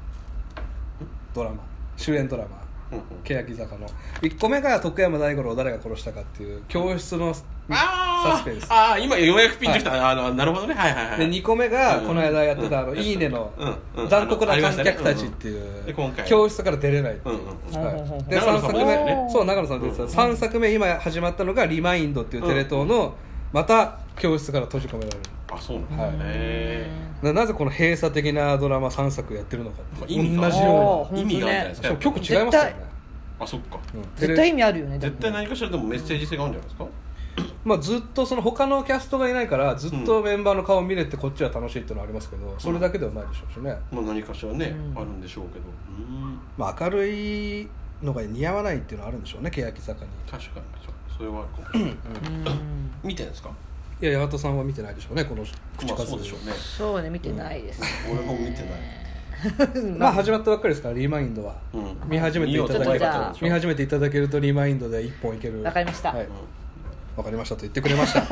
S2: ドラマ主演ドラマ
S3: うんうん
S2: 欅坂の1個目が徳山大五郎を誰が殺したかっていう教室の
S3: ああー
S2: サスペンス
S3: ああ今ようやくピンときた、あのなるほどねはいはいはい
S2: で2個目が
S3: うん
S2: この間やってた「あの
S3: うん
S2: いいね」の
S3: うんうん
S2: 残酷な
S3: ありまし
S2: 観
S3: たね
S2: 客たちって
S3: うん
S2: い
S3: で
S2: う
S3: 今回
S2: 教室から出れないっていう
S3: うんうん
S1: うん
S2: はいで
S3: 長野
S2: 3
S3: さん
S2: 作
S3: もですよね
S2: 目そう長野さん出てた
S3: うん
S2: 3作目今始まったのが「リマインド」っていうテレ東のまた教室から閉じ込められる
S3: あそうなんだ、
S2: はい
S3: へ
S2: ななぜこの閉鎖的なドラマ3作やってるのか
S3: ーま
S2: っ
S3: あ
S2: て
S3: 意
S2: 同じ
S3: 味が
S1: よ
S2: よ
S1: うに
S3: 意味があるんじゃないです
S2: う
S3: か
S2: なそ
S3: や
S2: う
S3: っぱ
S2: 曲違いますよね
S1: 絶対
S3: あそっか
S2: うん
S1: 絶
S2: テレ
S1: 対意味あるよねでも
S3: 絶対何かしらでもメッセージ性があるんじゃないですか
S2: まあ、ずっとその他のキャストがいないからずっとメンバーの顔を見れてこっちは楽しいっていうのはありますけどそれだけではないでしょうしね、
S3: まあ何かしらね、
S1: うん
S3: あるんでしょうけどうん
S2: まあ、明るいのが似合わないっていうのはあるんでしょうね欅坂に
S3: 確かにそれはあるかもしれない
S1: うん
S3: 見てんですか
S2: いや八幡さんは見てないでしょうねこの口
S3: まあ
S2: 数、
S3: そうでしょうね
S1: そうね見てないですね
S3: 俺も見てな い
S2: まあ始まったばっかりですからリマインドは
S3: うん
S2: 見始めていた
S1: 見ようと思
S2: だ
S1: え
S2: け
S1: ばってことでしょ
S2: 見始めていただけるとリマインドで一本いける
S1: わかりました
S2: はい
S3: うん
S2: わかりましたと言ってくれま した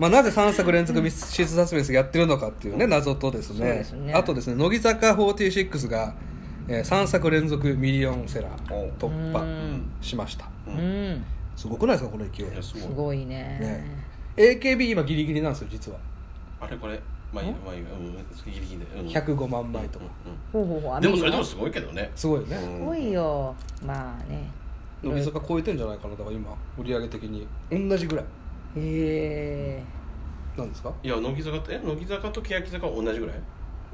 S2: まあなぜ3作連続ミスシーズサスペンスやってるのかっていうね謎とです
S1: そう
S2: ね
S1: ですね
S2: あとですね乃木坂46が、え3作連続ミリオンセラー突
S1: う
S2: 破
S1: ん
S2: しました
S3: う
S1: うんん
S2: すごくないですかこの勢い
S3: いやす
S1: す
S3: ごい
S1: ごいね
S2: ね AKB 今ギリギリなんですよ実は
S3: あれこれまあいいまあいいうんギリギリでうん
S2: 105万枚とか
S3: う
S1: ほうほうほうあ
S3: んでもそ
S1: 見
S3: れで
S1: る
S3: も
S1: よ
S3: すごいけどね
S2: すごいよね、
S3: うん
S1: すごいよまあね
S2: 乃木坂超えてんじゃないかなだから今売り上げ的に同じぐらい
S1: へえ
S2: なんですか
S3: いや乃木坂ってえ乃木坂と欅坂は同じぐらい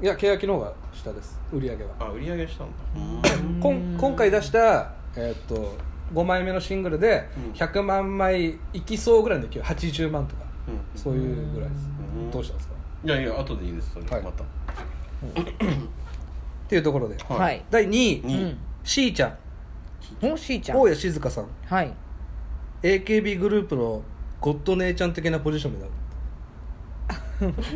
S2: いや欅の方が下です売り上げは
S3: あ売り上げしたんだうん
S2: こん今回出した、えーっと5枚目のシングルで
S3: うん
S2: 100万枚いきそうぐらいの勢い80万とか
S3: うん
S2: そういうぐらいです
S3: うん
S2: どうしたんですか
S3: いやいや後でいいですそれ
S2: はい
S3: また
S2: っていうところで
S3: はい
S1: はい
S2: 第2
S1: う
S2: 位
S3: に
S1: ん
S2: しーちゃん
S1: もしーちゃん
S2: 大谷静香さん
S1: はい
S2: AKB グループのゴッド姉ちゃん的なポジションになる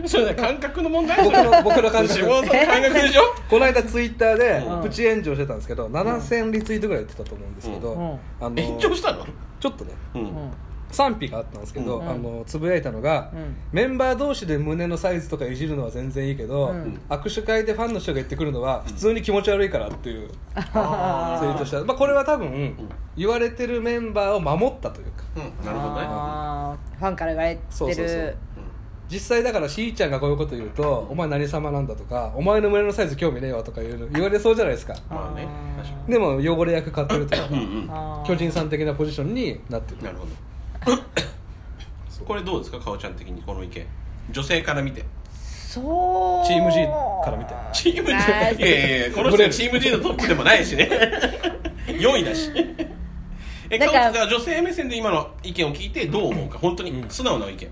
S3: それね感覚の問題
S2: 僕の僕の感覚
S3: 志望さんの感覚でしょ
S2: この間ツイッターで
S1: うん
S2: プチ炎上してたんですけど7000リツイートぐらいやってたと思うんですけど、
S1: うんうん
S2: あの
S3: 延長したの
S2: ちょっとね
S3: う
S1: うんん
S2: 賛否があったんですけど、
S3: うん
S2: あのつぶやいたのが、
S1: うん
S2: メンバー同士で胸のサイズとかいじるのは全然いいけど、
S1: うん
S2: 握手会でファンの人が言ってくるのは普通に気持ち悪いからっていうツイ
S1: あ
S2: ートしたまあ、これは多分、言われてるメンバーを守ったというか
S3: うんなるほどね
S1: あーファンから言われてる
S2: そうそうそう実際だからしーちゃんがこういうこと言うと「お前何様なんだ」とか「お前の胸のサイズ興味ねえわ」とか言う言われそうじゃないですか
S3: うんまあね
S1: あー
S3: 確か
S2: でも汚れ役買ってるとか
S3: にうんうん
S1: あー
S2: 巨人さん的なポジションになってる
S3: なるほどこれどうですかかおちゃん的にこの意見女性から見て
S1: そう
S2: チーム G から見て
S3: チーム G い
S1: あ
S3: や
S1: ー
S3: いやいやこの
S2: ブレ
S3: 人
S2: る
S3: チーム G のトップでもな いしね4位だしえ
S1: だか
S3: かおちゃ
S1: ら
S3: んだから女性目線で今の意見を聞いてどう思うか本当に素直な意見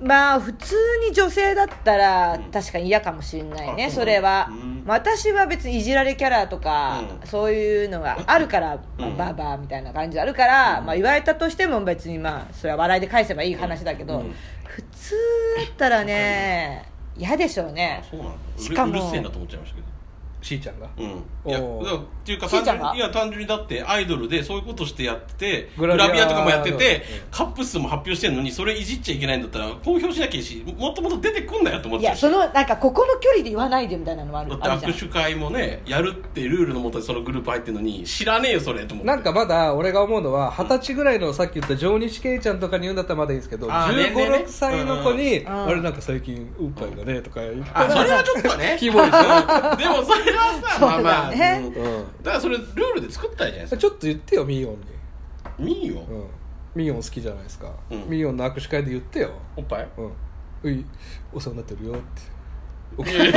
S1: まあ普通に女性だったら
S3: うん
S1: 確かに嫌かもしれないね、
S3: あそう
S1: それは、
S3: うん
S1: まあ私は別にいじられキャラとか、
S3: うん
S1: そういうのがあるから、まあ
S3: うん
S1: バーバーみたいな感じあるから、まあ言われたとしても別にまあそれは笑いで返せばいい話だけど、
S3: うんうん
S1: 普通だったらね嫌でしょうね
S3: あそうなんだうる
S1: しかも
S3: うるせえなと思っちゃいましたけど
S2: しーちゃんが
S3: うんいやだ
S2: おー
S3: からっていうか
S1: し
S3: 単
S1: ーちゃ
S3: 純
S1: んが
S3: にいや単純にだってアイドルでそういうことしてやってて
S2: グ
S3: グ
S2: ラ
S3: ラ
S2: ビア
S3: ビアとかもやってて
S2: うん
S3: カップ数も発表してるのにそれいじっちゃいけないんだったら公表しなきゃいいしもっともっと出てくんなよと思っ
S1: い
S3: ちゃ
S1: や
S3: うし
S1: そのなんかここの距離で言わないでみたいなのもあるあ
S3: だ
S1: る
S3: っ
S1: じ
S3: て
S1: ゃん
S3: 握手会もねやるってルールのもとでそのグループ入ってるのに知らねえよそれと思って
S2: なんかまだ俺が思うのは二十歳ぐらいのさっき言った上西圭ちゃんとかに言うんだったらまだいいんですけど
S3: あー
S2: 1 5
S3: ねねね
S2: 6歳の子に
S1: ん
S2: 「
S1: うん
S2: あれなんか最近おっぱいがね」とか言って
S3: あそれはちょっとね
S2: キモいじゃん
S3: でもそれはさまあまあ
S1: そうだね
S3: うんだからそれルールで作ったらいいじゃないです
S2: うんちょっと言ってよミーヨンに、
S3: かいいよ
S2: うん、ミーヨン好きじゃないですか、
S3: うん
S2: ミーヨンの握手会で言ってよ
S3: おっぱい
S2: 「うんういお世話になってるよ」って
S3: そ
S1: それ
S3: れ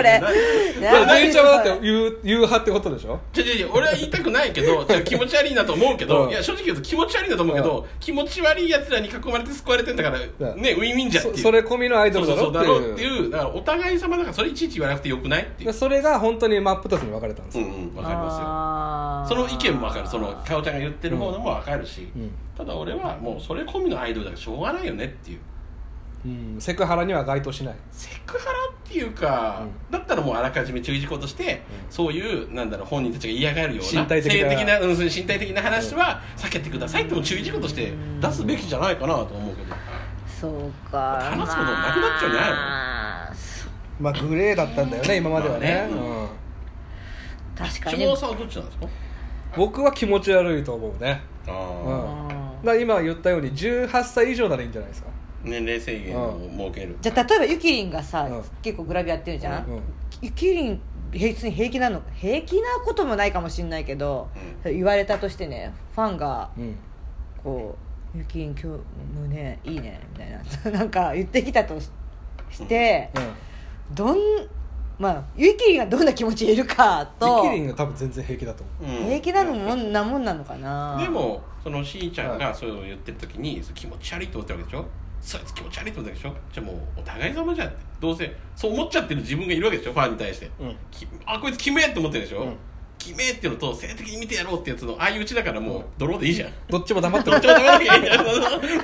S2: だから姉ちゃんはだっ
S1: て
S2: て言う言う派ってことでしょ
S3: 違う違う違う俺は言いたくない けどちょっと気持ち悪いなと思うけど、
S2: うん
S3: いや正直言うと気持ち悪いなと思うけど、気持ち悪い奴らに囲まれて救われてんだから、
S2: ん
S3: ねウィンウィンじゃん
S2: そ
S3: っていう
S2: それ込みのアイド
S3: そう
S2: ル
S3: そ
S2: だ
S3: うそ
S2: ろ
S3: うだろう
S2: っ
S3: ってて
S2: いう
S3: いうだからお互い様だからそれいちいち言わなくてよくないってい
S2: で
S3: う
S2: それが本当に真っ二つに分かれたんです
S3: う
S2: よ、
S3: んうんわかりますよその意見もわかるそのかおちゃんが言ってる方のもわかるし、
S2: うん
S3: ただ俺はもうそれ込みのアイドルだからしょうがないよねっていう
S2: うんセクハラには該当しない
S3: セクハラっていうか、だったらもうあらかじめ注意事項として、そういうなんだろう本人たちが嫌がるような
S2: 身体的な
S3: 性的なうん身体的な話は避けてくださいっても注意事項として出すべきじゃないかなと思うけど、
S1: そうか
S3: 話すことなくなっちゃうんじゃないの
S1: まあ
S2: まあグレーだったんだよね今まではね,、
S3: まあね
S2: うん
S1: 確か
S3: 下
S1: に
S3: 村さんはどっちなんですか
S2: 僕は気持ち悪いと思うね
S3: あ
S2: ー
S1: うん
S2: から今言ったように18歳以上ならいいんじゃないですか、
S3: 年齢制限を設ける
S1: じゃあ例えばゆきりんがさ、
S2: うん
S1: 結構グラビアやってるじゃん、
S2: うん
S1: ゆきりん平に平気なの平気なこともないかもしれないけど、言われたとしてねファンが
S2: うん、
S1: こう「ゆきりん今日胸いいね」みたいな なんか言ってきたとしして、どんまあゆきりんがどんな気持ちでいるかと
S2: うん、リキリンが多分全然平気だと思
S3: うん
S1: 平気なのもんなもんなのかな
S3: でもそのしーちゃんがそういうのを言ってる時に、そう気持ち悪いと思ってるわけでしょそいつ気持ち悪いと思ってるでしょじゃあもうお互い様じゃんってどうせそう思っちゃってる自分がいるわけでしょファンに対して、
S2: う、うん、
S3: きあこいつキメえって思ってるでしょ、
S2: うん
S3: キメえっていうのと性的に見てやろうってやつの相打ちだからもうドロー でいいじゃん、
S2: どっちも黙って
S3: どっ
S2: る
S3: ちもダメだよ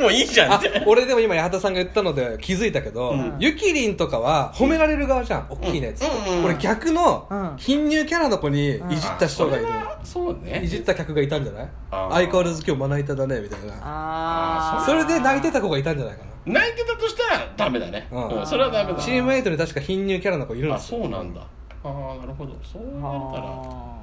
S3: もういいじゃん
S2: あ
S3: って
S2: 俺でも今八幡さんが言ったので気づいたけど、
S3: うん
S2: ゆきりんとかは褒められる側じゃん、おっきいねっつって、
S3: うんうんうん
S2: 俺逆の
S1: うん
S2: 貧乳キャラの子にいじった人がいる、
S3: そうね
S2: いじった客がいたんじゃない
S3: あー
S2: 相変わらず今日まな板だねみたいな
S1: ああ
S2: それで泣いてた子がいたんじゃないかな
S3: 泣いてたとしたらダメだね、
S2: うん
S3: うんそれはダメだ
S2: チームエイトに確か貧乳キャラの子いるん
S3: あ
S2: ですよ
S3: そうなんだああなるほどそうなったら
S1: あ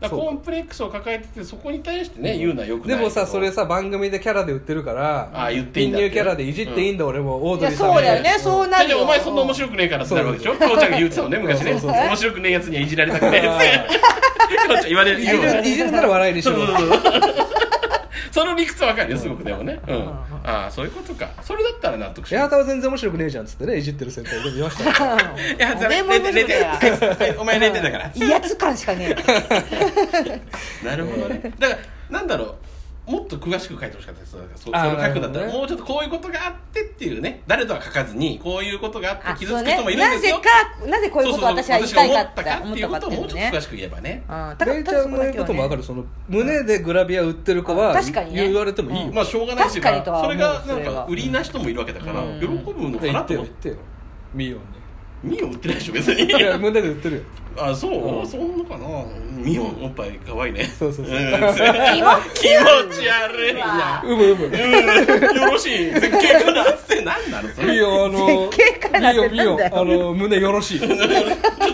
S3: だか
S2: そう
S3: らコンプレックスを抱えててそこに対してね、言うのはよくな
S2: で
S3: い
S2: もさそれ
S3: さ
S2: さ番組でキャラで売ってるから
S3: あー言っていいんだっ
S2: 貧
S3: て
S2: 乳キャラでいじっていいんだ、俺もオードリーさん
S1: いやそうだよね
S2: ん
S1: そうなるよ
S3: お前そんな面白くねえからってなるわけでしょこうちゃんが言ってたのね昔ね
S2: そうそう
S1: そう
S3: 面白くねえやつにはいじられたくねえってこうちゃん言われる
S2: い
S3: 言うわ
S2: じるいじるなら笑いにし
S3: そう
S2: ろ
S3: そうそうそうその理屈わかるよすごくでもね、うん
S1: うん
S3: ああそういうことかそれだったら納得し
S2: 八
S3: ます
S2: 幡は全然面白くねえじゃんっつってねいじってる先輩で見 ましたよ
S3: いや
S1: お前も面白いや
S3: お前0点だから
S1: 威圧感しかねえ
S3: なるほどねだからなんだろうもっと詳しく書いてほしかったですだからそそ
S2: あー
S3: れを書くんだった
S2: なるほどね
S3: ら、もうちょっとこういうことがあってっていうね誰とは書かずにこういうことがあって傷つく人もいるん
S1: な
S3: です
S1: ぜ
S3: よ
S1: かなぜこういうことを
S3: そ
S1: 私は言いたいかって
S3: 私
S1: 思っ
S3: が思った
S1: た
S3: か
S1: かっ
S3: っ
S1: てて
S3: いうことをもうちょっ
S1: ね
S3: と詳しく言えばね
S1: うん
S2: レイちゃんの言うことも分かるその胸でグラビア売ってる子は
S1: 確かにね
S2: 言われてもいいよ
S3: まあしょうがないっていうか
S1: 確かにとは
S3: そ
S1: 思う
S3: れが
S1: そ
S3: なん
S1: れは
S3: か売りな人もいるわけだから、
S1: うん
S3: 喜ぶのか
S2: 言
S3: な
S2: って
S3: と
S2: よ言
S3: 思っ
S2: っててよミオン
S3: ミオ売ってないでしょ別に
S2: にいや胸で 売ってるよ
S3: あそう、
S2: うん
S3: そんなかなミオおっぱい可愛いね
S2: そうそうそう ん
S3: 気持ち悪いな
S2: うむうむ
S3: うんよろしい絶景かなっつって何なのそれ
S2: いいよあの
S1: 絶景かなって
S2: いいよいいよ
S1: なんだよ
S2: あの胸よ ろしい今
S3: ちょ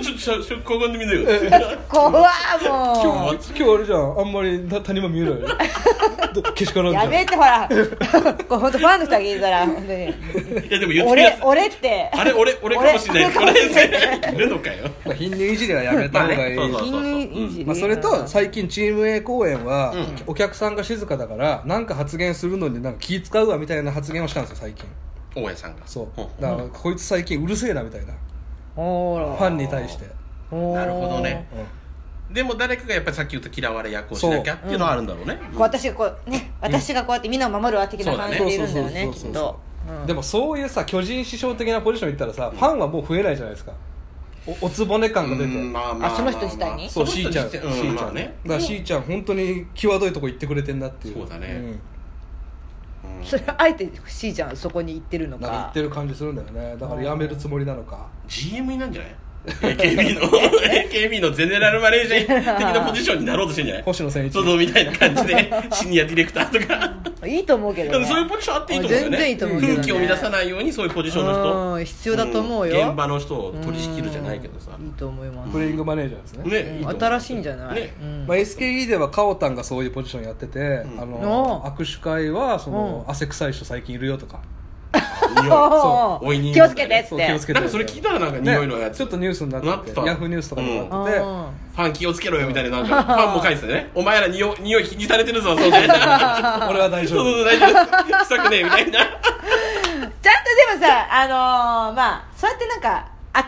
S3: ちょちょちょここで見なよっ
S1: 怖も
S2: 日今日あれじゃんあんまりた谷間見えないよ どけしから
S1: うん
S2: じゃ
S1: や
S2: ん
S1: めてほら こう本当ファンの人が聞いたら本当に
S3: ていやでも言ってるや
S1: 俺
S3: つ
S1: 俺って
S3: あれ俺俺かもしれないこ
S1: 俺
S3: れ
S1: 俺かもしれない
S3: いるのかよ
S2: まあ貧乳いじりはやめた方がいい
S3: まあねそうそう
S1: 金いじり
S2: まあ、それと最近チーム A 公演は
S3: うん
S2: お客さんが静かだからなんか発言するのになんか気使うわみたいな発言をしたんですよ最近
S3: 大家さんが
S2: そ
S3: ん
S2: うだからこいつ最近うるせえなみたいな
S1: ほ
S2: フ
S1: ら
S2: ァンに対して、
S3: なるほどね
S2: うん
S3: でも誰かがやっぱりさっき言った嫌われ役をしなきゃっていうのはあるんだろうね
S1: こう私がこうね私がこうやってみんなを守るわ的な感じ
S3: そう
S1: でいるんだよねき
S2: そうそうそうそう
S1: っとうん
S2: でもそういうさ巨人師匠的なポジションいったらさ、ファンはもう増えないじゃないですかおおつぼね感が出て、
S3: うんまあ
S1: あその人自体に
S2: そう
S3: そ
S2: し
S3: の
S2: ーち
S3: 人
S2: ゃんし
S3: 自体うん
S2: ーち
S3: ま
S2: ゃ
S3: あ
S2: ん
S3: ね
S2: ねだからしーちゃん本当に際どいとこ行ってくれてんなっていう
S3: そうだねうん
S1: それあえてしーちゃんそこに行ってるの
S2: うん、なんか言
S1: か
S2: ってる感じするんだよねだからやめるつもりなのか
S3: GM になんじゃない AKB の AKB のゼネラルマネージャー的なポジションになろうとしてんじゃない
S2: 星野千一
S3: そうそうみたいな感じでシニアディレクターとか
S1: いいと思うけ
S3: で
S1: ど
S3: も
S1: ね
S3: そういうポジションあっていいと思うよね
S1: 全然いいと思うけどね
S3: 空気を乱さないようにそういうポジションの人
S1: うん必要だと思うよ
S3: ん現場の人を取り仕切るじゃないけどさ
S1: うんいいと思います
S2: プレイングマネージャーですね
S3: ねいいと思う
S1: 新しいんじゃない
S3: ね
S1: うん
S2: まあ、SKE ではカオタンがそういうポジションやってて、
S3: うん
S2: あの
S1: お
S2: 握手会はその、
S1: うん
S2: 汗臭い人最近いるよとか
S1: お
S3: そう追い
S1: ー
S3: 人形
S1: 気をつけてっつ
S2: そ
S1: っ
S2: う
S1: て
S2: 気をつけて
S3: なんかそれ聞いたらなんか
S2: ね
S3: 匂いのやつ
S2: ちょっとニュースにな
S3: な
S2: っ
S3: っ
S2: てて
S3: た
S2: てヤフーニュースとかにもなってて、
S1: うん
S3: ファン気をつけろよみたいななん かファンも書いてたよねお前ら匂い匂い気にされてるぞそうみたいな
S2: 俺は大
S3: そう
S2: 丈
S3: そう
S2: 夫
S3: そう大丈夫臭くねえみたいな
S1: ちゃんとでもさあのーまあそうやってなんか明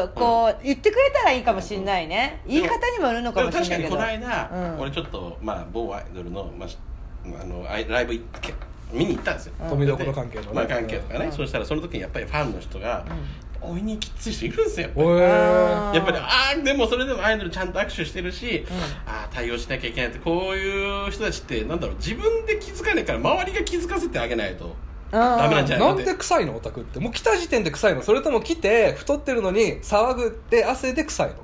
S1: るくこう言ってくれたらいいかもしんないね言い方にもよるのか
S3: で
S1: も
S3: も
S1: しん
S3: 確
S1: な
S3: か
S1: い
S3: に
S1: け
S3: こ
S1: ど
S3: の間、
S1: うん
S3: 俺ちょっと、まあ、某アイドルの,、まあし、あのアイライブ行って見に行ったんですよ
S2: 富所関係のね
S3: まあ、関係とかね、そうしたらその時にやっぱりファンの人が「おいにきつい人いるんですよ」やっぱり
S2: おえ
S1: あー
S3: やっぱりあーでもそれでもアイドルちゃんと握手してるし、あー対応しなきゃいけないってこういう人たちってなんだろう自分で気づかないから周りが気づかせてあげないとダメなんじゃない
S2: なんで臭いのオタクってもう来た時点で臭いのそれとも来て太ってるのに騒ぐって汗で臭いの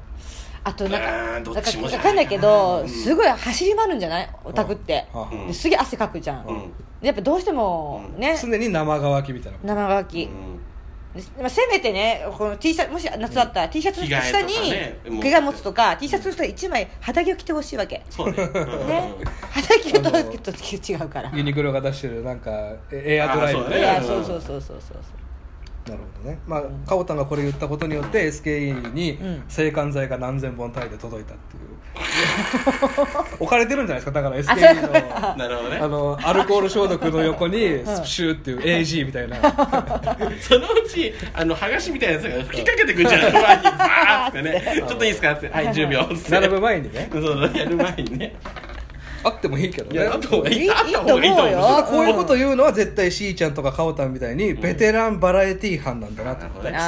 S1: あとなん
S3: あ
S1: か
S3: ーど
S1: な
S3: っ
S1: んか
S3: ちもじゃな
S1: 分か
S3: い
S1: んないけど、
S3: うん
S1: すごい走り回るんじゃないオタクって、
S2: はあ
S3: うん
S1: ですげえ汗かくじゃん、
S3: うん
S1: やっぱどうしても
S3: うん
S1: ね、
S2: 常に生乾きみたいな
S1: 生乾き、
S3: うん
S1: まあせめてねこの T シャツもし夏だったら T シャツの
S3: 着替え
S1: 下に
S3: とかね
S1: 毛が持つとか T シャツの下に1枚肌着を着てほしいわけ
S3: そうね。うん
S1: ね肌着とと違うから
S2: ユニクロが出してるなんかエエアドライブ
S3: あそう
S1: い
S3: だね
S1: や
S3: ん
S1: そうそうそうそうそうそう
S2: なるほどねまあカオタンがこれ言ったことによって SKE に
S1: うん
S2: 制汗剤が何千本単位で届いたっていう置かれてるんじゃないですかだから
S1: あそういう
S2: SKE
S1: こと
S2: の
S3: なるほど
S2: あ
S3: ね。
S2: のアルコール消毒の横にシューっていう AG みたいな
S3: そのうち、あの、剥がしみたいなやつが吹きかけてくるじゃない前に、バーってね。ちょっといいですかって。はい、10秒。つって
S2: 並ぶ前に ね
S3: そうそう、やる前にね。
S2: あってもいいけど
S3: い
S2: ね
S3: や、あった方がい
S1: いい
S3: い。あった方がいいと
S1: いいと思
S3: 思う
S2: た
S1: よ
S2: だこういうこと言うのは絶対しーちゃんとかかおたんみたいにベテランバラエティー班なんだなと
S3: なるほど
S2: 国
S3: ね
S1: あ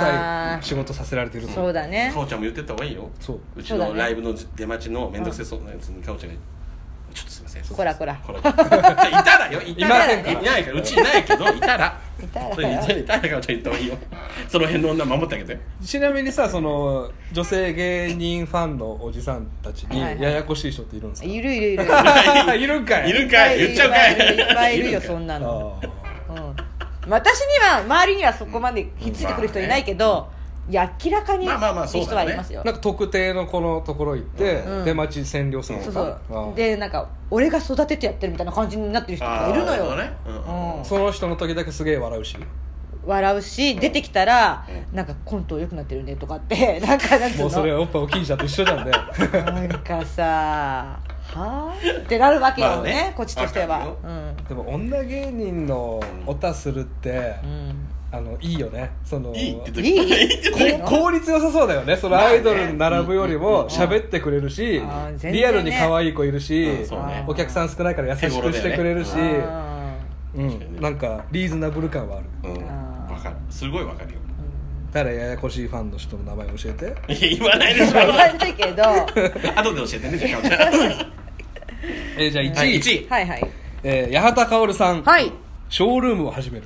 S2: 際
S1: ー
S2: 仕事させられてる と
S1: そうだね
S3: かおちゃんも言ってった方がいいよ
S2: そう
S3: うち
S1: そうだね
S3: のライブの出待ちの面倒くせそうなやつにかおちゃんが「ちょっとすいません」
S1: こらこら
S3: こらこらいたらよいたら
S2: いませんから
S3: いないからうちいないけどいたら
S1: いたら
S3: それいたいたらかおちゃん言った方がいいよその辺の女守ってあげて
S2: ちなみにさその女性芸人ファンのおじさんたちに
S1: はいはい
S2: ややこしい人っているんですか、
S1: いる いるいる
S2: いるんかい
S3: いるんかい言っちゃうかい
S1: いっぱいいるよ
S3: んか
S1: そんなの
S2: あー
S1: うんまあ私には周りにはそこまでひっついてくる人いないけど、いや明らかに
S3: まあまあまあ
S1: って人はいますよ、
S2: なんか特定のこのところ行って、
S1: うん
S2: 出待ち占領するの
S1: そ
S2: か
S1: うそうでなんか俺が育ててやってるみたいな感じになってる人とかいるの
S3: あー
S1: よ、
S3: なるほどねうんうんうん
S1: うん
S2: その人の時だけすげえ笑うし
S1: 笑うし出てきたら、なんかコント良くなってるねとかって なんかなんつう
S2: もうそれ
S1: の
S2: はおっぱいおきいちゃんと一緒じゃ んね
S1: なんかさはぁってなるわけよね,、
S3: まあね
S1: こっちとして
S3: わか
S1: は
S3: る
S2: でも女芸人のオタするって、
S1: うん、
S2: あのいいよねその
S3: いいって
S1: うん、い
S3: 時
S1: い
S2: こう効率良さそうだよねそのアイドルに並ぶよりも喋ってくれるし、
S1: あー全然ね
S2: リアルに可愛い子いるし、
S3: うんそうね
S2: お客さん少ないから優しくしてくれるし、
S3: 手
S2: う
S3: ね
S2: ん、なんかリーズナブル感はある
S3: うん
S1: あー
S3: わかるすごいわかるよ
S2: だからややこしいファンの人の名前教えて
S3: いや言わないでしょ
S1: 言わないけど
S3: 後で教えてねじゃあかおちゃん
S2: えーじゃあ1位、
S3: はい一位
S1: はいはい
S2: えー八幡薫さん、
S1: はい
S2: ショールームを始める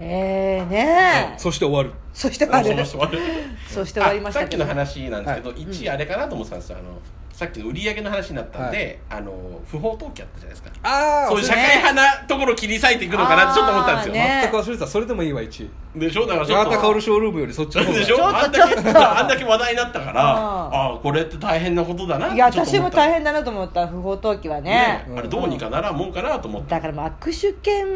S1: ええねえ
S2: そして終わる
S1: そ して終わ
S3: あその
S1: る
S3: 人悪い
S1: そして終わりましたけど
S3: あさっきの話なんですけど、
S2: は
S3: 一位あれかなと思ってたんですよあのさっきの売り上げの話になったんで、あの不法投棄あったじゃないですか
S2: あ
S3: そういう社会派なところ切り裂いていくのかなってちょっと思ったんですよ、
S1: あーね
S2: 全く忘れてたそれでもいいわ1位
S3: でしょだからちょ
S2: 八
S3: っと
S2: 幡薫ショールームよりそっちの方が
S3: でしょ
S1: ちょっと
S3: あんだけ
S1: ちょっと
S3: あんだけ話題になったから
S1: あ
S3: ああーこれって大変なことだなって
S1: いや
S3: ちょっと
S1: 私
S3: 思
S1: も
S3: った
S1: 大変だなと思った不法投棄はね
S3: ねあれどうにかならんもんかなと思って
S1: だからまあ握手券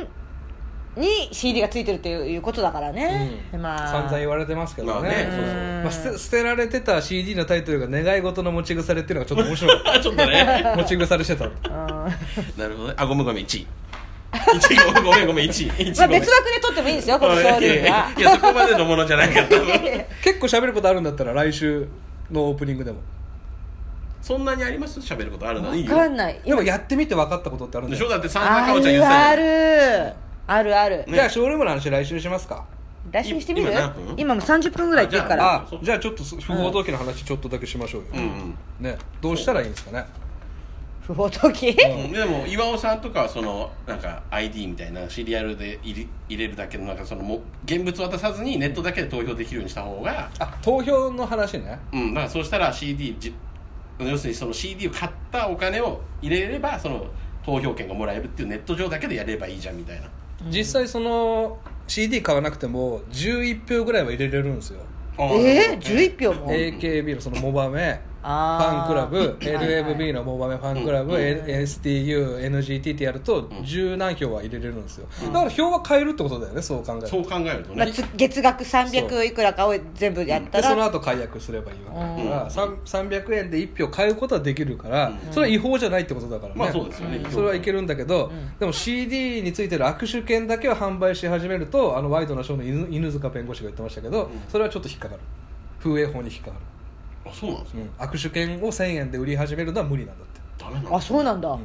S1: に CD がついてるということだからね、
S2: うん
S1: まあ
S2: 散々言われてますけどね,、
S3: まあね
S2: そうそう
S1: うん
S2: まあ、捨て捨てられてた CD のタイトルが「願い事の持ち腐れ」っていうのがちょっと面 白かっ
S3: ちょっとね
S2: た持ち腐れしてた
S1: うん
S3: なるほどねあごめんごめん1位1位ごめんごめんごめん1位1 位
S1: まあ
S3: ごめん
S1: 別枠で撮ってもいいんですよこのショールームはい
S3: やいやそこまでのものじゃないから多分
S2: 結構喋ることあるんだったら来週のオープニングでも
S3: そんなにあります喋ることあるのいい
S1: 分
S3: よ
S1: かんない
S2: でもやってみて分かったことってあるん
S3: で
S2: だ
S3: しょ
S2: よ
S3: だって三田
S1: あ
S3: かおちゃん言って
S1: る
S3: た
S1: あ
S3: よね
S1: るあるある
S3: ね
S2: じゃあショールームの話来週しますか
S1: 来週にしてみる
S3: 今何分
S1: 今もう30分ぐらいって言うか
S3: あ
S1: ら
S2: あじゃあちょっと不法投棄の話ちょっとだけしましょうよ、
S3: うん
S2: ね、どうしたらいいんですかね
S1: 不法投棄
S2: うん
S3: うん、でも岩尾さんとかはそのなんか ID みたいなシリアルで入れ入れるだけのなんかそのも現物渡さずにネットだけで投票できるようにした方が、
S2: あ投票の話ね
S3: うん、だからそうしたら CD じ要するにその CD を買ったお金を入れればその投票権がもらえるっていうネット上だけでやればいいじゃんみたいな
S2: 実際その CD 買わなくても11票ぐらいは入れれるんですよ、
S1: えー、11票も、
S2: AKB のそのモバメファ
S1: あー
S2: ンクラブ
S1: はいはい
S2: LMB のモバメファンクラブ、
S3: うん
S2: STUNGT ってやると十何票は入れれるんですよ、だから票は変えるってことだよねそう考えると
S3: そう考えると
S1: まあ
S3: ね
S1: つ月額
S2: そう
S1: 300いくらかを全部やった
S2: で
S1: ら、
S2: その後解約すればいいわけだから、
S3: うん
S2: さん300円で1票買うことはできるから、それは違法じゃないってことだからね、
S3: まあそうですよね
S2: んそれはいけるんだけど、でも CD についてる握手券だけを販売し始めるとあのワイドなショーの犬犬塚弁護士が言ってましたけど、それはちょっと引っかかる風営法に引っかか
S3: あそうなんです
S2: る、
S3: ね
S2: うん握手券を1000円で売り始めるのは無理なんだって
S3: ダメなの
S1: あそうなんだ、
S2: ん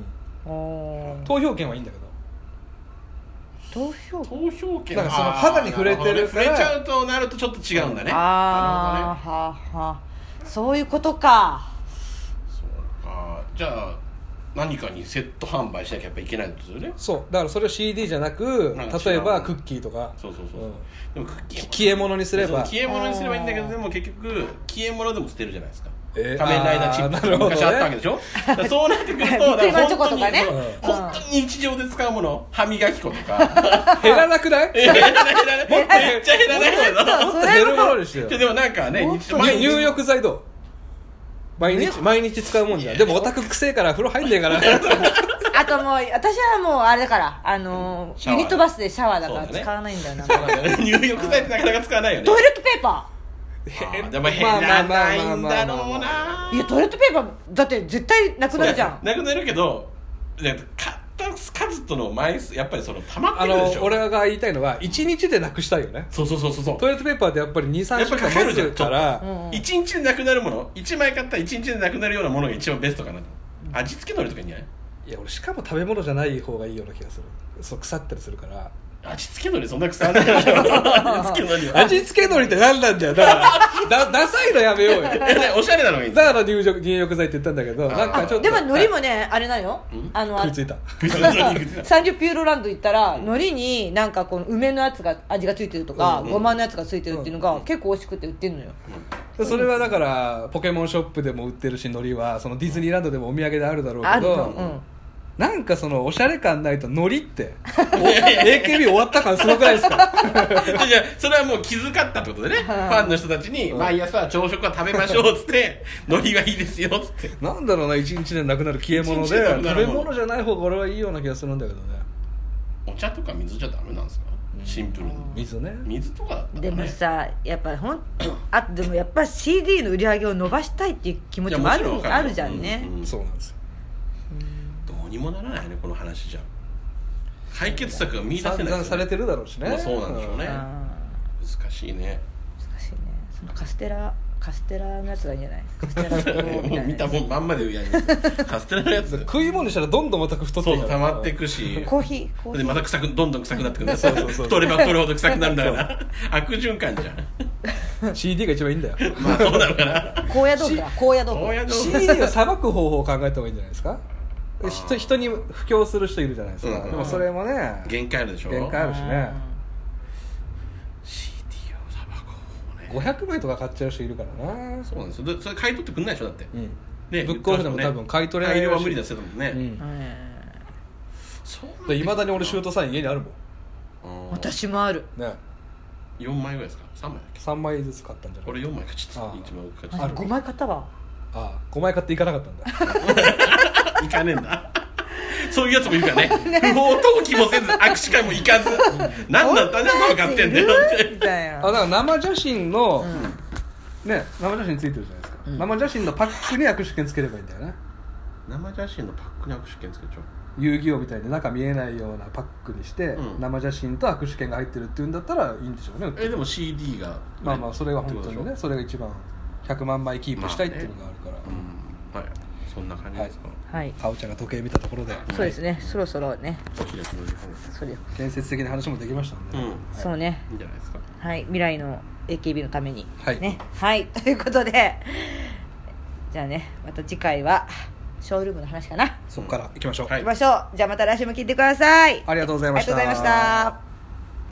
S1: おー
S2: 投票券はいいんだけど
S1: 投票
S3: 投票権
S2: だからその肌に触れてる
S3: あー
S2: から
S3: なほどね触れちゃうとなるとちょっと違うんだね
S1: ああ、はあはあそういうことか
S3: そうかじゃあ何かにセット販売しなきゃやっぱいけないんですよね
S2: そうだからそれを CD じゃなく
S3: なんか違う
S2: 例えばクッキーとか
S3: そうそうそう、
S2: うん
S3: でもクッキー
S2: 消え物にすれば
S3: そう消え物にすればいいんだけどでも結局消え物でも捨てるじゃないですか
S2: えー
S3: 仮面ライダーチップスとか昔あったわけでしょ、だからそうなって くると
S1: クリマ
S3: だ
S1: チョコとかね
S3: から本当にそう本当に日常で使うもの歯磨き粉と か
S2: 減らなくない
S3: えー減らない減らないめっちゃ減らないけど
S1: もっ
S2: もっと減るものにしてよ
S3: いやでもなんかね日常
S2: 入
S3: 毎日
S2: 入浴剤どう毎日毎日使うもんじゃんでもオタクくせえから風呂入んねえから
S1: あともう私はもうあれだからあの
S3: シャ
S1: ユ
S3: ワー
S1: ニットバスでシャワーだから
S3: そうだね
S1: 使わないんだよな、
S3: 入浴剤ってなかなか使わないよね
S1: トイレットペーパ
S3: あーでも減らないんだろうない
S1: ーいやトイレットペーパーだって絶対なくなるじゃん
S3: なくなるけどで買った数との枚数やっぱりその溜まっ
S2: あ
S3: てくるで
S2: の
S3: しょ
S2: 俺が言いたいのは1日でなくしたいよね
S3: そうそうそうそうそう
S2: トイレットペーパーってやっぱり23
S3: やっ
S2: 週
S3: ぱ
S2: 間
S3: かか
S2: 持
S3: るじゃん
S2: つから
S1: うんうん
S3: 一日でなくなるもの一枚買ったら一日でなくなるようなものが一番ベストかなと味付け海苔とかいいんじゃない
S2: いや俺しかも食べ物じゃない方がいいような気がするそう腐ったりするから
S3: 味付け海苔そんな臭わない でしょ味付け海苔は
S2: 味付け海苔って何なんだよだから だダサいのやめようよ
S3: えねおしゃれなのがいいんで
S2: だから入浴入浴剤って言ったんだけどなんかちょっと
S1: でも海苔もねあれなの
S3: ん
S1: あのあ
S2: 食いついた
S3: すよ海苔に 口が
S1: サンリオピューロランド行ったら海苔になんかこの梅のやつが味がついてるとか
S3: うんうん
S1: ごまのやつがついてるっていうのが結構美味しくて売ってんのよ
S2: でそれはだからポケモンショップでも売ってるし海苔はそのディズニーランドでもお土産であるだろう
S1: あ
S2: け
S1: る
S2: ど、
S1: のうん
S2: なんかそのおしゃれ感ないと海苔って AKB 終わった感すごくないです か
S3: いやそれはもう気遣ったってことでねファンの人たちに毎朝朝食は食べましょうっつって 海苔はいいですよっつって
S2: なんだろうな一日でなくなる消え物
S3: 一日で
S2: で
S3: なくな
S2: 食べ
S3: るもの
S2: 物じゃない方が俺はいいような気がするんだけどね
S3: お茶とか水じゃダメなんですかシンプルに
S2: 水ね
S3: 水とかだったらね
S1: でもさやっぱほんあでもやっぱ CD の売り上げを伸ばしたいっていう気持
S3: い
S1: ち
S3: や
S1: も
S3: も
S1: あ
S3: ち
S1: る
S3: ろんわか
S1: あるじゃんね、
S3: うう
S2: そうなんですよ
S3: どうにもならないねこの話じゃ解決策が見出せない
S2: 散々されてるだろうしね、
S3: まあそうなんでしょうね
S1: あ
S3: 難し いね
S1: ー難しいねそのカステラカステラのやつがいいんじゃないカステラとみ
S3: もう見
S1: た
S3: た
S1: いな
S3: もんまんまでやり カステラのやつ
S2: 食い物にしたらどんどんまた太って
S3: そ
S2: いう
S3: 溜まっていくし
S1: コーヒーコーヒ
S3: で
S1: ー、
S3: また臭くどんどん臭くなってくるん
S2: そうそうそう
S3: 太れば太るほど臭くなるんだからな悪循環じゃん
S2: CD が一番いいんだよ
S3: まあそうなのかな
S1: 高野豆腐だ高野豆
S3: 大
S1: 腐
S3: 家の
S2: CD をさばく方法を考えた方がいいんじゃないですかで人人に布教する人いるじゃないですか、
S3: うん
S2: でもそれもね
S3: 限界あるでしょ
S2: 限界あるしね
S3: CD をタバコをね
S2: 500枚とか買っちゃう人いるからな
S3: そうなんですよでそれ買い取ってくんないでしょだって
S2: うん
S3: ね
S2: ブックオフでも多分買い取れない
S3: 大量
S2: らし
S3: は
S2: い
S3: 無理だって言ってたもん
S2: う
S3: ね
S2: ん
S1: うん
S3: そうなんだ
S2: でいまだに俺シュートサイン家にあるもん
S3: うん
S1: 私もある
S2: ね
S3: 4枚ぐらいですか3枚だっけ
S2: 3枚ずつ買ったんじゃない
S3: 俺4枚かちょっ
S2: あ
S3: と
S2: ー
S3: 一番多く買っちゃ
S1: あ
S3: っ
S1: 5枚買ったわ
S2: ああ5枚買っていかなか ったんだ
S3: たいかねえんだ そういうやつもいるからね不法投棄もせず握手会も行かず何だったんだと分かってんだよって
S1: みたい
S2: あ
S1: な
S2: だから生写真の、ね生写真ついてるじゃないですか、
S1: うん
S2: 生写真のパックに握手券つければいいんだよね
S3: 生写真のパックに握手券つけちゃ
S2: 遊戯王みたいに中見えないようなパックにして、
S3: うん
S2: 生写真と握手券が入ってるっていうんだったらいいんでしょうね売って
S3: えでも CD が、
S2: まあまあそれは本当に
S3: ってこと
S2: ね
S3: でし
S2: それが一番100万枚キープしたいっていうのがあるから、
S3: ょうんはいそんな感じですか、
S1: はい
S2: かおちゃんが時計見たところで
S1: そうですねそろそろね
S3: お開きの時間です
S1: それ
S2: 建設的な話もできましたので、
S3: うん
S1: そうね
S3: いいんじゃないですか
S1: はい、未来の AKB のために、
S2: はい
S1: ねはい、 ということでじゃあねまた次回はショールームの話かな、
S2: そこから行きましょう、
S3: はい
S1: 行きましょうじゃあまた来週も聞いてください
S2: ありがとうございました
S1: ありがとうございました